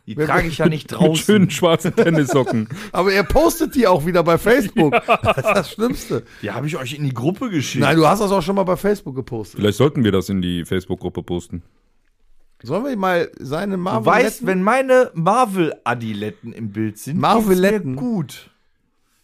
Die trage ich ja nicht
Mit
draußen.
schönen schwarzen Tennissocken.
Aber er postet die auch wieder bei Facebook. Das ist das Schlimmste.
Die habe ich euch in die Gruppe geschickt.
Nein, du hast das auch schon mal bei Facebook gepostet.
Vielleicht sollten wir das in die Facebook-Gruppe posten.
Sollen wir mal seine
du
Marvel
weißt, wenn meine Marvel-Adiletten im Bild sind,
Marveletten.
geht's mir gut.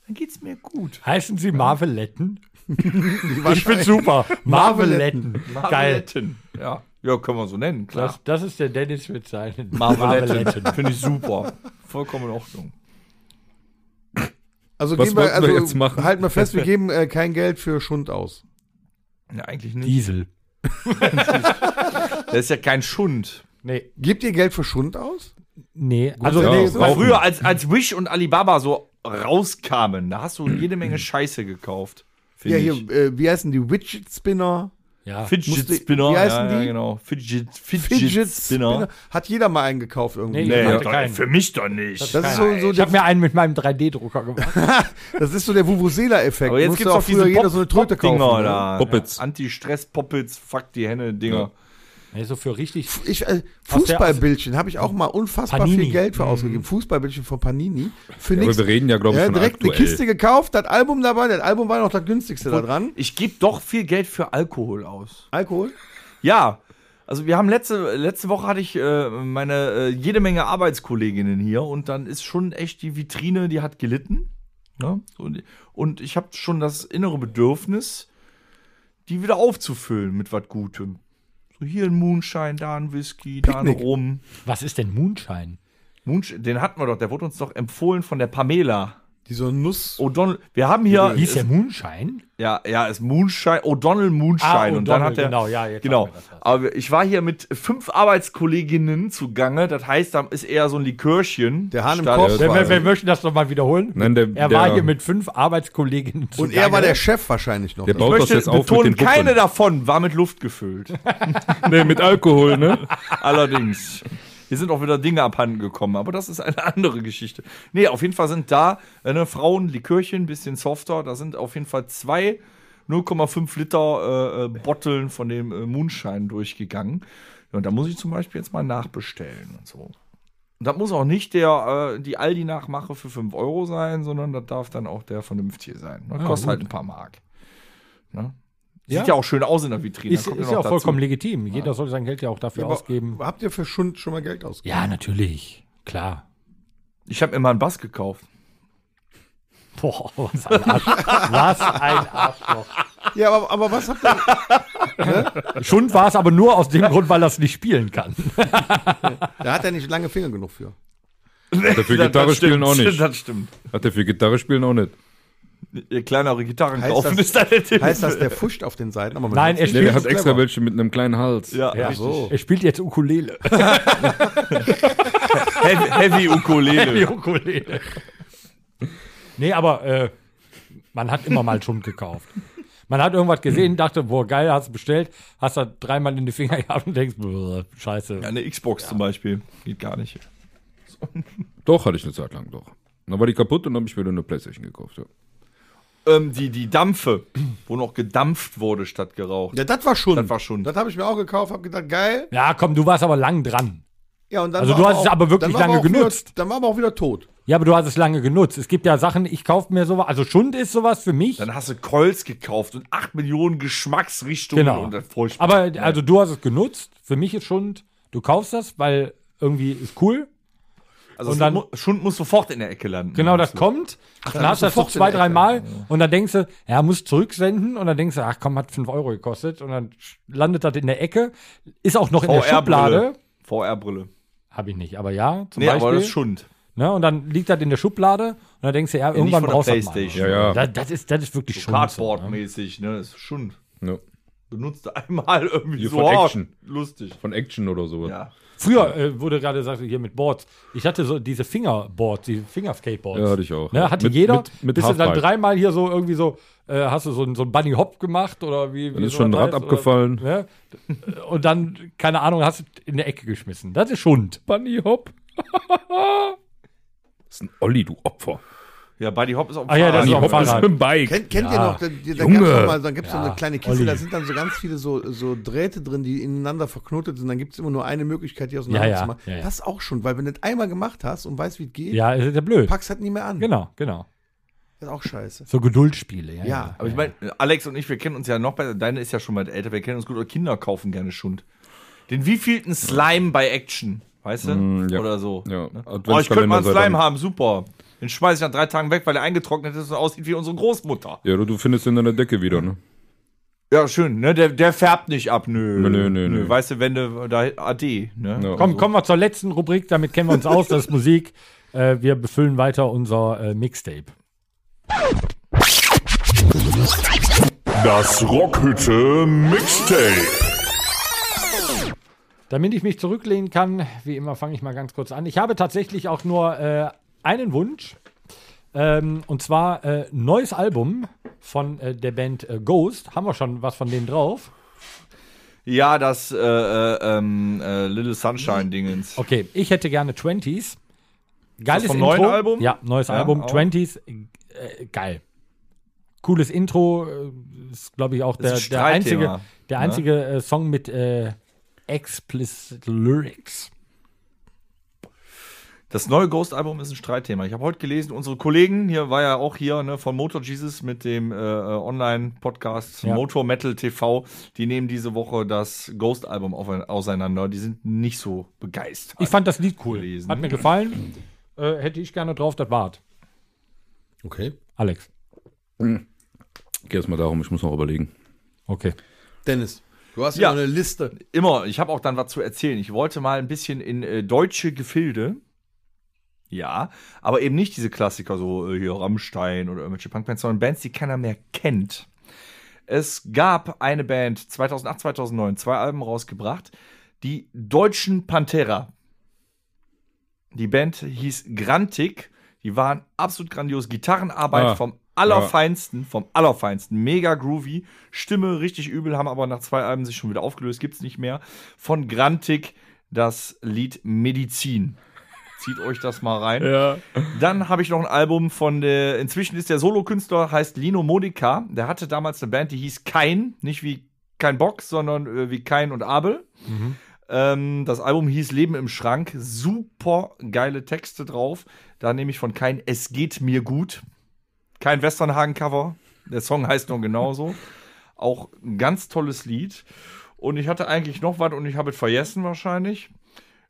Dann geht's mir gut.
Heißen sie Marveletten?
ich
Super. Marveletten. Geil.
Marveletten. Ja. Ja, können wir so nennen, klar.
Das, das ist der Dennis mit seinen
Marveletten. Finde ich super. Vollkommen in Ordnung.
Also,
Was
geben wir,
wollten
also
wir jetzt machen?
halten wir fest, wir geben äh, kein Geld für Schund aus.
Ja, eigentlich nicht.
Diesel.
Das ist ja kein Schund.
Nee.
Gebt ihr Geld für Schund aus?
Nee, also
ja,
nee,
rauchen.
Weil früher, als, als Wish und Alibaba so rauskamen, da hast du jede Menge Scheiße gekauft.
ja,
Finde
hier,
ich.
äh, wie heißen die? Widget Spinner?
ja.
Fidget
Musste-
Spinner.
wie heißen
ja,
die?
Ja, genau. Fidget, Fidget, Spinner.
Hat jeder mal einen gekauft irgendwie.
Nee,
Nee,
Ich hatte
doch,
keinen.
für mich doch nicht.
Das ist so, so
Ich habe
der,
mir einen mit meinem 3D-Drucker gemacht.
das ist so der Vuvuzela-Effekt.
Aber jetzt
Musste
gibt's
auch
auch diese
früher jeder
Pop-
so eine Tröte kaufen.
Pop-Dinger
ne?
da.
Poppets.
Ja, Anti-Stress-Poppets, fuck die Henne-Dinger.
nee, so für richtig.
Ich, äh,
Aus der-
Fußballbildchen habe ich auch mal unfassbar
Panini.
viel Geld für ausgegeben. Fußballbildchen von Panini. Für
Aber
nichts.
wir reden ja, glaube ich,
Mhm. Ja,
von
direkt eine
aktuell.
Kiste gekauft, das Album dabei. Das Album war noch das günstigste da dran.
Ich gebe doch viel Geld für Alkohol aus.
Alkohol.
Ja, also wir haben letzte, letzte Woche hatte ich äh, meine äh, jede Menge Arbeitskolleginnen hier und dann ist schon echt die Vitrine, die hat gelitten. Ne? So, Und, und ich habe schon das innere Bedürfnis, die wieder aufzufüllen mit was Gutem. So hier ein Moonshine, da ein Whisky, da ein
Picknick.
Rum.
Was ist denn Moonshine?
Moonshine, den hatten wir doch, der wurde uns doch empfohlen von der Pamela.
Diese Nuss.
O'Donnell, wir haben hier.
Hieß der Moonshine?
Ja, ja, ist Moonshine, O'Donnell Moonshine.
Ah,
und dann
O'Donnell,
hat er,
genau, ja, jetzt
genau.
sagt mir das was.
Aber ich war hier mit fünf Arbeitskolleginnen zugange. Das heißt, da ist eher so ein Likörchen.
Der Hahn im
statt-
Kopf.
Wir, wir,
quasi.
wir möchten das nochmal wiederholen.
Nein, der-
er war
der-
hier mit fünf Arbeitskolleginnen
Und er war der
zugange.
Chef wahrscheinlich noch.
Der
ne?
baut
Ich
das
möchte
jetzt auf mit
betonen,
den
keine
Wuppen.
davon war mit Luft gefüllt.
Nee, mit Alkohol, ne?
Allerdings. Hier sind auch wieder Dinge abhanden gekommen, aber das ist eine andere Geschichte. Nee, auf jeden Fall sind da eine Frauen, Likörchen, ein bisschen softer. Da sind auf jeden Fall zwei 0,5 Liter äh, äh, Botteln von dem äh, Moonshine durchgegangen. Ja, und da muss ich zum Beispiel jetzt mal nachbestellen und so. Und das muss auch nicht der, äh, die Aldi-Nachmache für 5 Euro sein, sondern das darf dann auch der vernünftige sein. Das kostet halt ein paar Mark. Ne?
Ah, Ja.
Sieht ja auch schön aus in der Vitrine.
Ist,
da kommt
ist
noch
ja auch
dazu.
vollkommen legitim. Jeder soll sein Geld ja auch dafür ausgeben.
Aber Habt ihr für Schund schon mal Geld ausgegeben?
Ja, natürlich. Klar.
Ich habe mir mal einen Bass gekauft.
Boah, was ein Arschloch. was ein Arschloch.
Ja, aber, aber was habt ihr?
Schund war es aber nur aus dem Grund, weil er es nicht spielen kann.
Da hat er nicht lange Finger genug für.
Dafür
Das-
Gitarre
das
spielen auch
stimmt,
nicht.
Das stimmt.
Hat er für Gitarre spielen auch nicht.
Ihr kleinere Gitarren
Heißt
kaufen
das-
ist deine Tipp.
Heißt das, der fuscht auf den Seiten? Aber man
Nein,
sieht's nicht.
er spielt,
Nee, der hat
clever.
extra welche mit einem kleinen Hals.
ja,
ja,
richtig.
so.
er spielt jetzt Ukulele.
Heavy, heavy Ukulele.
Ukulele. Nee, aber äh, man hat immer mal Schund gekauft. Man hat irgendwas gesehen, dachte, boah, geil, hast du bestellt, hast da dreimal in die Finger gehabt und denkst, boah, scheiße.
Ja, Eine Xbox zum Beispiel. Geht gar nicht.
Doch, hatte ich eine Zeit lang, doch. Dann war die kaputt und dann habe ich wieder eine Playstation gekauft. Ja.
Ähm, die, die Dampfe, wo noch gedampft wurde statt geraucht.
Ja, das war Schund.
Das war Schund.
Das habe ich mir auch gekauft, habe gedacht, geil.
Ja, komm, du warst aber lang dran.
Ja, und dann
Also
war
du hast es aber
dann
wirklich
war
lange
auch wieder-
genutzt.
Dann war aber auch wieder tot.
Ja, aber du hast es lange genutzt. Es gibt ja Sachen, ich kaufe mir sowas, also Schund ist sowas für mich.
Dann hast du Kolz gekauft und 8 Millionen Geschmacksrichtungen
Genau.
und das furchtbar.
Aber also du hast es genutzt, für mich ist Schund, du kaufst das, weil irgendwie ist cool.
also
und
es
dann-
mu- Schund muss sofort in der Ecke landen.
Genau, das kommt. dann
dann
hast du das
ist
doch
sofort
zwei,
in der
drei
Ecke.
Mal und dann denkst du, ja, muss zurücksenden und dann denkst du, ach komm, hat fünf Euro gekostet und dann sch- landet das in der Ecke, ist auch noch in der Schublade.
VR-Brille. VR-Brille.
Habe ich nicht, aber ja, zum
Nee,
Beispiel.
aber das ist Schund.
ne, und dann liegt das in der Schublade und dann denkst du, ja, irgendwann
von der
brauchst du das mal.
Playstation.
Ja, ja.
Das, das, ist, das ist wirklich Schund.
Cardboard-mäßig, ne? Das ist Schund.
Ja.
Benutzt einmal irgendwie
Hier
so.
von
oh,
Action.
Lustig.
Von Action oder so.
Ja.
Früher äh, wurde gerade gesagt, hier mit Boards. Ich hatte so diese Fingerboards, die Fingerskateboards.
Ja, hatte ich auch.
Ne, hatte
Mit-
jeder.
mit- mit
bist du dann
Halfpipe.
dreimal hier so irgendwie so, äh, hast du so, ein- so einen Bunny Hop gemacht oder wie? wie sowas
ist schon ein Rad
heißt,
abgefallen.
Oder, ne? Und dann, keine Ahnung, hast du in der Ecke geschmissen. Das ist Schund.
Bunny Hop. das ist ein Olli, du Opfer.
Ja, Buddy Hop ist auch ein
Ah ja, das
Fahrrad.
ist auch-
Bunny Hop ist
Fahrrad.
mit dem Bike.
Kennt, kennt ihr
Ja.
noch? Da, da
Junge.
gab's noch mal, dann gibt es so
Ja,
eine kleine Kiste,
Olli.
da sind dann so ganz viele so, so Drähte drin, die ineinander verknotet sind. Dann gibt es immer nur eine Möglichkeit, die auseinander
Ja, ja,
zu machen.
ja, ja.
Das ist auch schon, weil wenn du das einmal gemacht hast und weißt, wie es geht,
Ja, ist ja blöd.
packst du das nie mehr an.
Genau, genau.
Das ist auch scheiße.
So Geduldsspiele, ja.
Ja.
Aber ich meine, Alex und ich, wir kennen uns ja noch besser. Deine ist ja schon mal älter. Wir kennen uns gut. Oder Kinder kaufen gerne Schund. Den wievielten Slime bei Action? Weißt du?
Mm, ja.
Oder so.
Ja,
Oh, ich könnte mal einen
sei
Slime
Dank.
haben. Super. Den schmeiße ich nach drei Tagen weg, weil er eingetrocknet ist und aussieht wie unsere Großmutter.
Ja, du, du findest ihn in der Decke wieder, ne?
Ja, schön, ne? Der, der färbt nicht ab, nö.
Nö, nö, nö, nö.
Weißt du, wenn du da AD, ne?
Ja,
Komm,
also-
kommen wir zur letzten Rubrik, damit kennen wir uns aus, das ist Musik. Äh, wir befüllen weiter unser äh, Mixtape.
Das Rockhütte Mixtape.
Damit ich mich zurücklehnen kann, wie immer fange ich mal ganz kurz an. Ich habe tatsächlich auch nur äh, einen Wunsch. Ähm, und zwar äh, neues Album von äh, der Band äh, Ghost. Haben wir schon was von denen drauf?
Ja, das äh, äh, ähm, äh, Little Sunshine-Dingens.
Okay, ich hätte gerne 20s. Geiles
vom
Intro.
neuen Album?
Ja, neues
Ja,
Album.
auch.
20s. Äh, geil. Cooles Intro. äh, Ist, glaube ich, auch der,
Ist ein
der einzige,
Streitthema,
der
ne?
einzige äh, Song mit äh, explicit Lyrics.
Das neue Ghost-Album ist ein Streitthema. Ich habe heute gelesen, unsere Kollegen, hier war ja auch hier ne, von Motor Jesus mit dem äh, äh, Online-Podcast
Ja.
Motor Metal TV, die nehmen diese Woche das Ghost-Album aufe- auseinander. Die sind nicht so begeistert.
Ich fand das Lied cool.
Gelesen.
Hat mir gefallen. Äh, hätte ich gerne drauf, das war's.
Okay.
Alex.
Geh erst mal darum, ich muss noch überlegen.
Okay.
Dennis, du hast
Ja.
ja noch eine Liste.
Immer, ich habe auch dann was zu erzählen. Ich wollte mal ein bisschen in äh, deutsche Gefilde. Ja, aber eben nicht diese Klassiker, so äh, hier Rammstein oder irgendwelche Punkbands, sondern Bands, die keiner mehr kennt. Es gab eine Band 2008, 2009, zwei Alben rausgebracht, die Deutschen Pantera. Die Band hieß Grantik. Die waren absolut grandios. Gitarrenarbeit
Ah,
vom Allerfeinsten, vom Allerfeinsten. Mega groovy. Stimme richtig übel, haben aber nach zwei Alben sich schon wieder aufgelöst. Gibt's nicht mehr. Von Grantik das Lied Medizin. Zieht euch das mal rein.
Ja.
Dann habe ich noch ein Album von der, inzwischen ist der Solokünstler, heißt Lino Modica. Der hatte damals eine Band, die hieß Kein, nicht wie kein Bock, sondern äh, wie Kein und Abel. Ähm, das Album hieß Leben im Schrank. Super geile Texte drauf. Da nehme ich von Kein Es geht mir gut. Kein Westernhagen-Cover. Der Song heißt nur genauso. Auch ein ganz tolles Lied. Und ich hatte eigentlich noch was und ich habe es vergessen wahrscheinlich.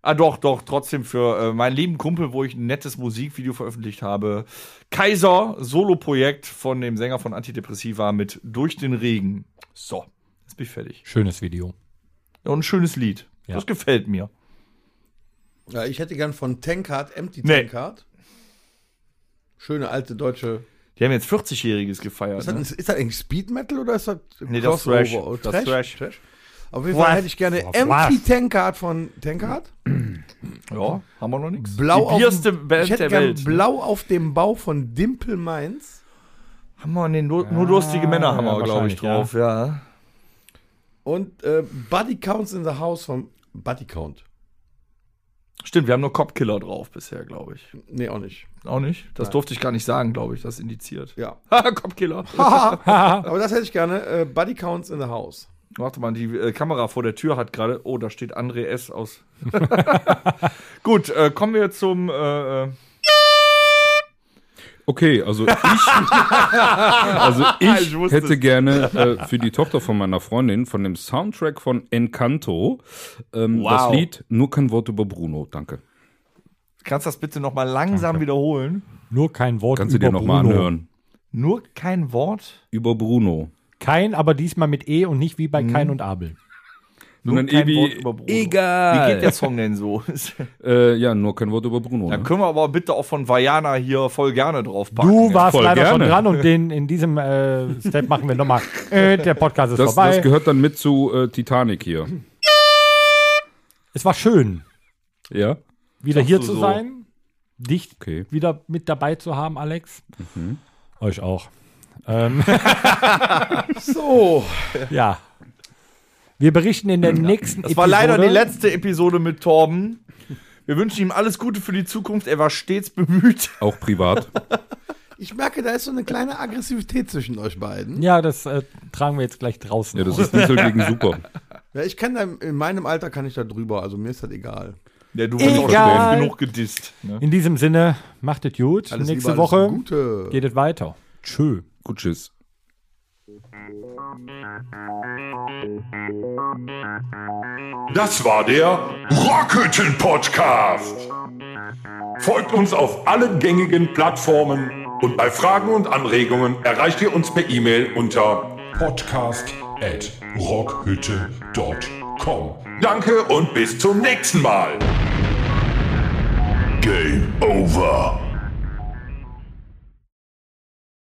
Ah, doch, doch, trotzdem für äh, meinen lieben Kumpel, wo ich ein nettes Musikvideo veröffentlicht habe. Kaiser, Solo-Projekt von dem Sänger von Antidepressiva mit Durch den Regen. So, jetzt bin ich fertig.
Schönes Video.
Und ein schönes Lied.
Ja.
Das gefällt mir.
Ja, ich hätte gern von Tankard, Empty
Nee.
Tankard. Schöne alte deutsche.
Die haben jetzt 40-Jähriges gefeiert.
Ist, das, ist das eigentlich Speed Metal oder ist das
Ne? Nee, das ist Thrash.
Crossover? Oh,
Das ist Thrash.
Auf jeden Fall
Thrash.
hätte ich gerne
Oh,
Empty
Thrash.
Tankard von Tankard.
ne? Ja, haben wir noch nichts.
Blau
Die bierste
auf,
Band
ich hätte
der
gern
Welt.
Blau auf dem Bau von Dimple Mainz.
Haben wir nee, nur, nur durstige Männer haben
ja,
wir, glaube ich,
wahrscheinlich,
drauf. Ja.
Und äh, Buddy Counts in the House vom Buddy Count.
Stimmt, wir haben nur Copkiller drauf bisher, glaube ich.
Nee, auch nicht.
Auch nicht? Das durfte ich gar nicht sagen, glaube ich. Das ist indiziert.
Ja.
Haha, Copkiller. Ah.
Aber das hätte ich gerne. Äh, Buddy Counts in the House.
Warte mal, die äh, Kamera vor der Tür hat gerade. Oh, da steht André S. aus. Gut, äh, kommen wir zum. Äh, äh,
Okay, also ich, also ich,
Ah, Ich wusste
hätte
es.
gerne äh, für die Tochter von meiner Freundin von dem Soundtrack von Encanto ähm,
Wow.
das Lied Nur kein Wort über Bruno, danke.
kannst du das bitte nochmal langsam wiederholen?
Nur kein Wort
Kannst du dir nochmal
Bruno.
anhören.
Nur kein Wort.
Über Bruno.
Kein, aber diesmal mit E und nicht wie bei
Mhm.
Kein und Abel.
Sondern
kein
Ebi,
Wort über Bruno. Wie geht
egal.
der Song denn so?
Äh, ja, nur kein Wort über Bruno.
Dann
Ne?
können wir aber bitte auch von Vajana hier voll gerne draufpacken.
Du warst
voll
leider schon
gerne.
dran und den in diesem äh, Step machen wir nochmal. Äh, der Podcast ist
Das,
vorbei.
das gehört dann mit zu äh, Titanic hier.
es war schön,
Ja?
wieder
Sagst
hier
du
zu
so.
sein, dich
Okay. Mhm.
wieder mit dabei zu haben, Alex. Euch auch. Ähm,
So.
ja. Wir berichten in der nächsten
Das war leider die letzte Episode mit Torben. Wir wünschen ihm alles Gute für die Zukunft. Er war stets bemüht.
Auch privat.
Ich merke, da ist so eine kleine Aggressivität zwischen euch beiden.
Ja, das äh, tragen wir jetzt gleich draußen.
ja, das ist Diesel gegen Super.
Ja, ich kann da, in meinem Alter kann ich da drüber, also mir ist das egal.
Ja, du
wurdest auch Egal. schon genug
gedisst.
in diesem Sinne, macht es gut.
Alles
Nächste
Liebe, alles
Woche
Gute.
geht es weiter. Tschö.
Gut, tschüss.
Das war der Rockhütten Podcast. Folgt uns auf allen gängigen Plattformen und bei Fragen und Anregungen erreicht ihr uns per E-Mail unter podcast at rockhütte.com. Danke und bis zum nächsten Mal. Game over.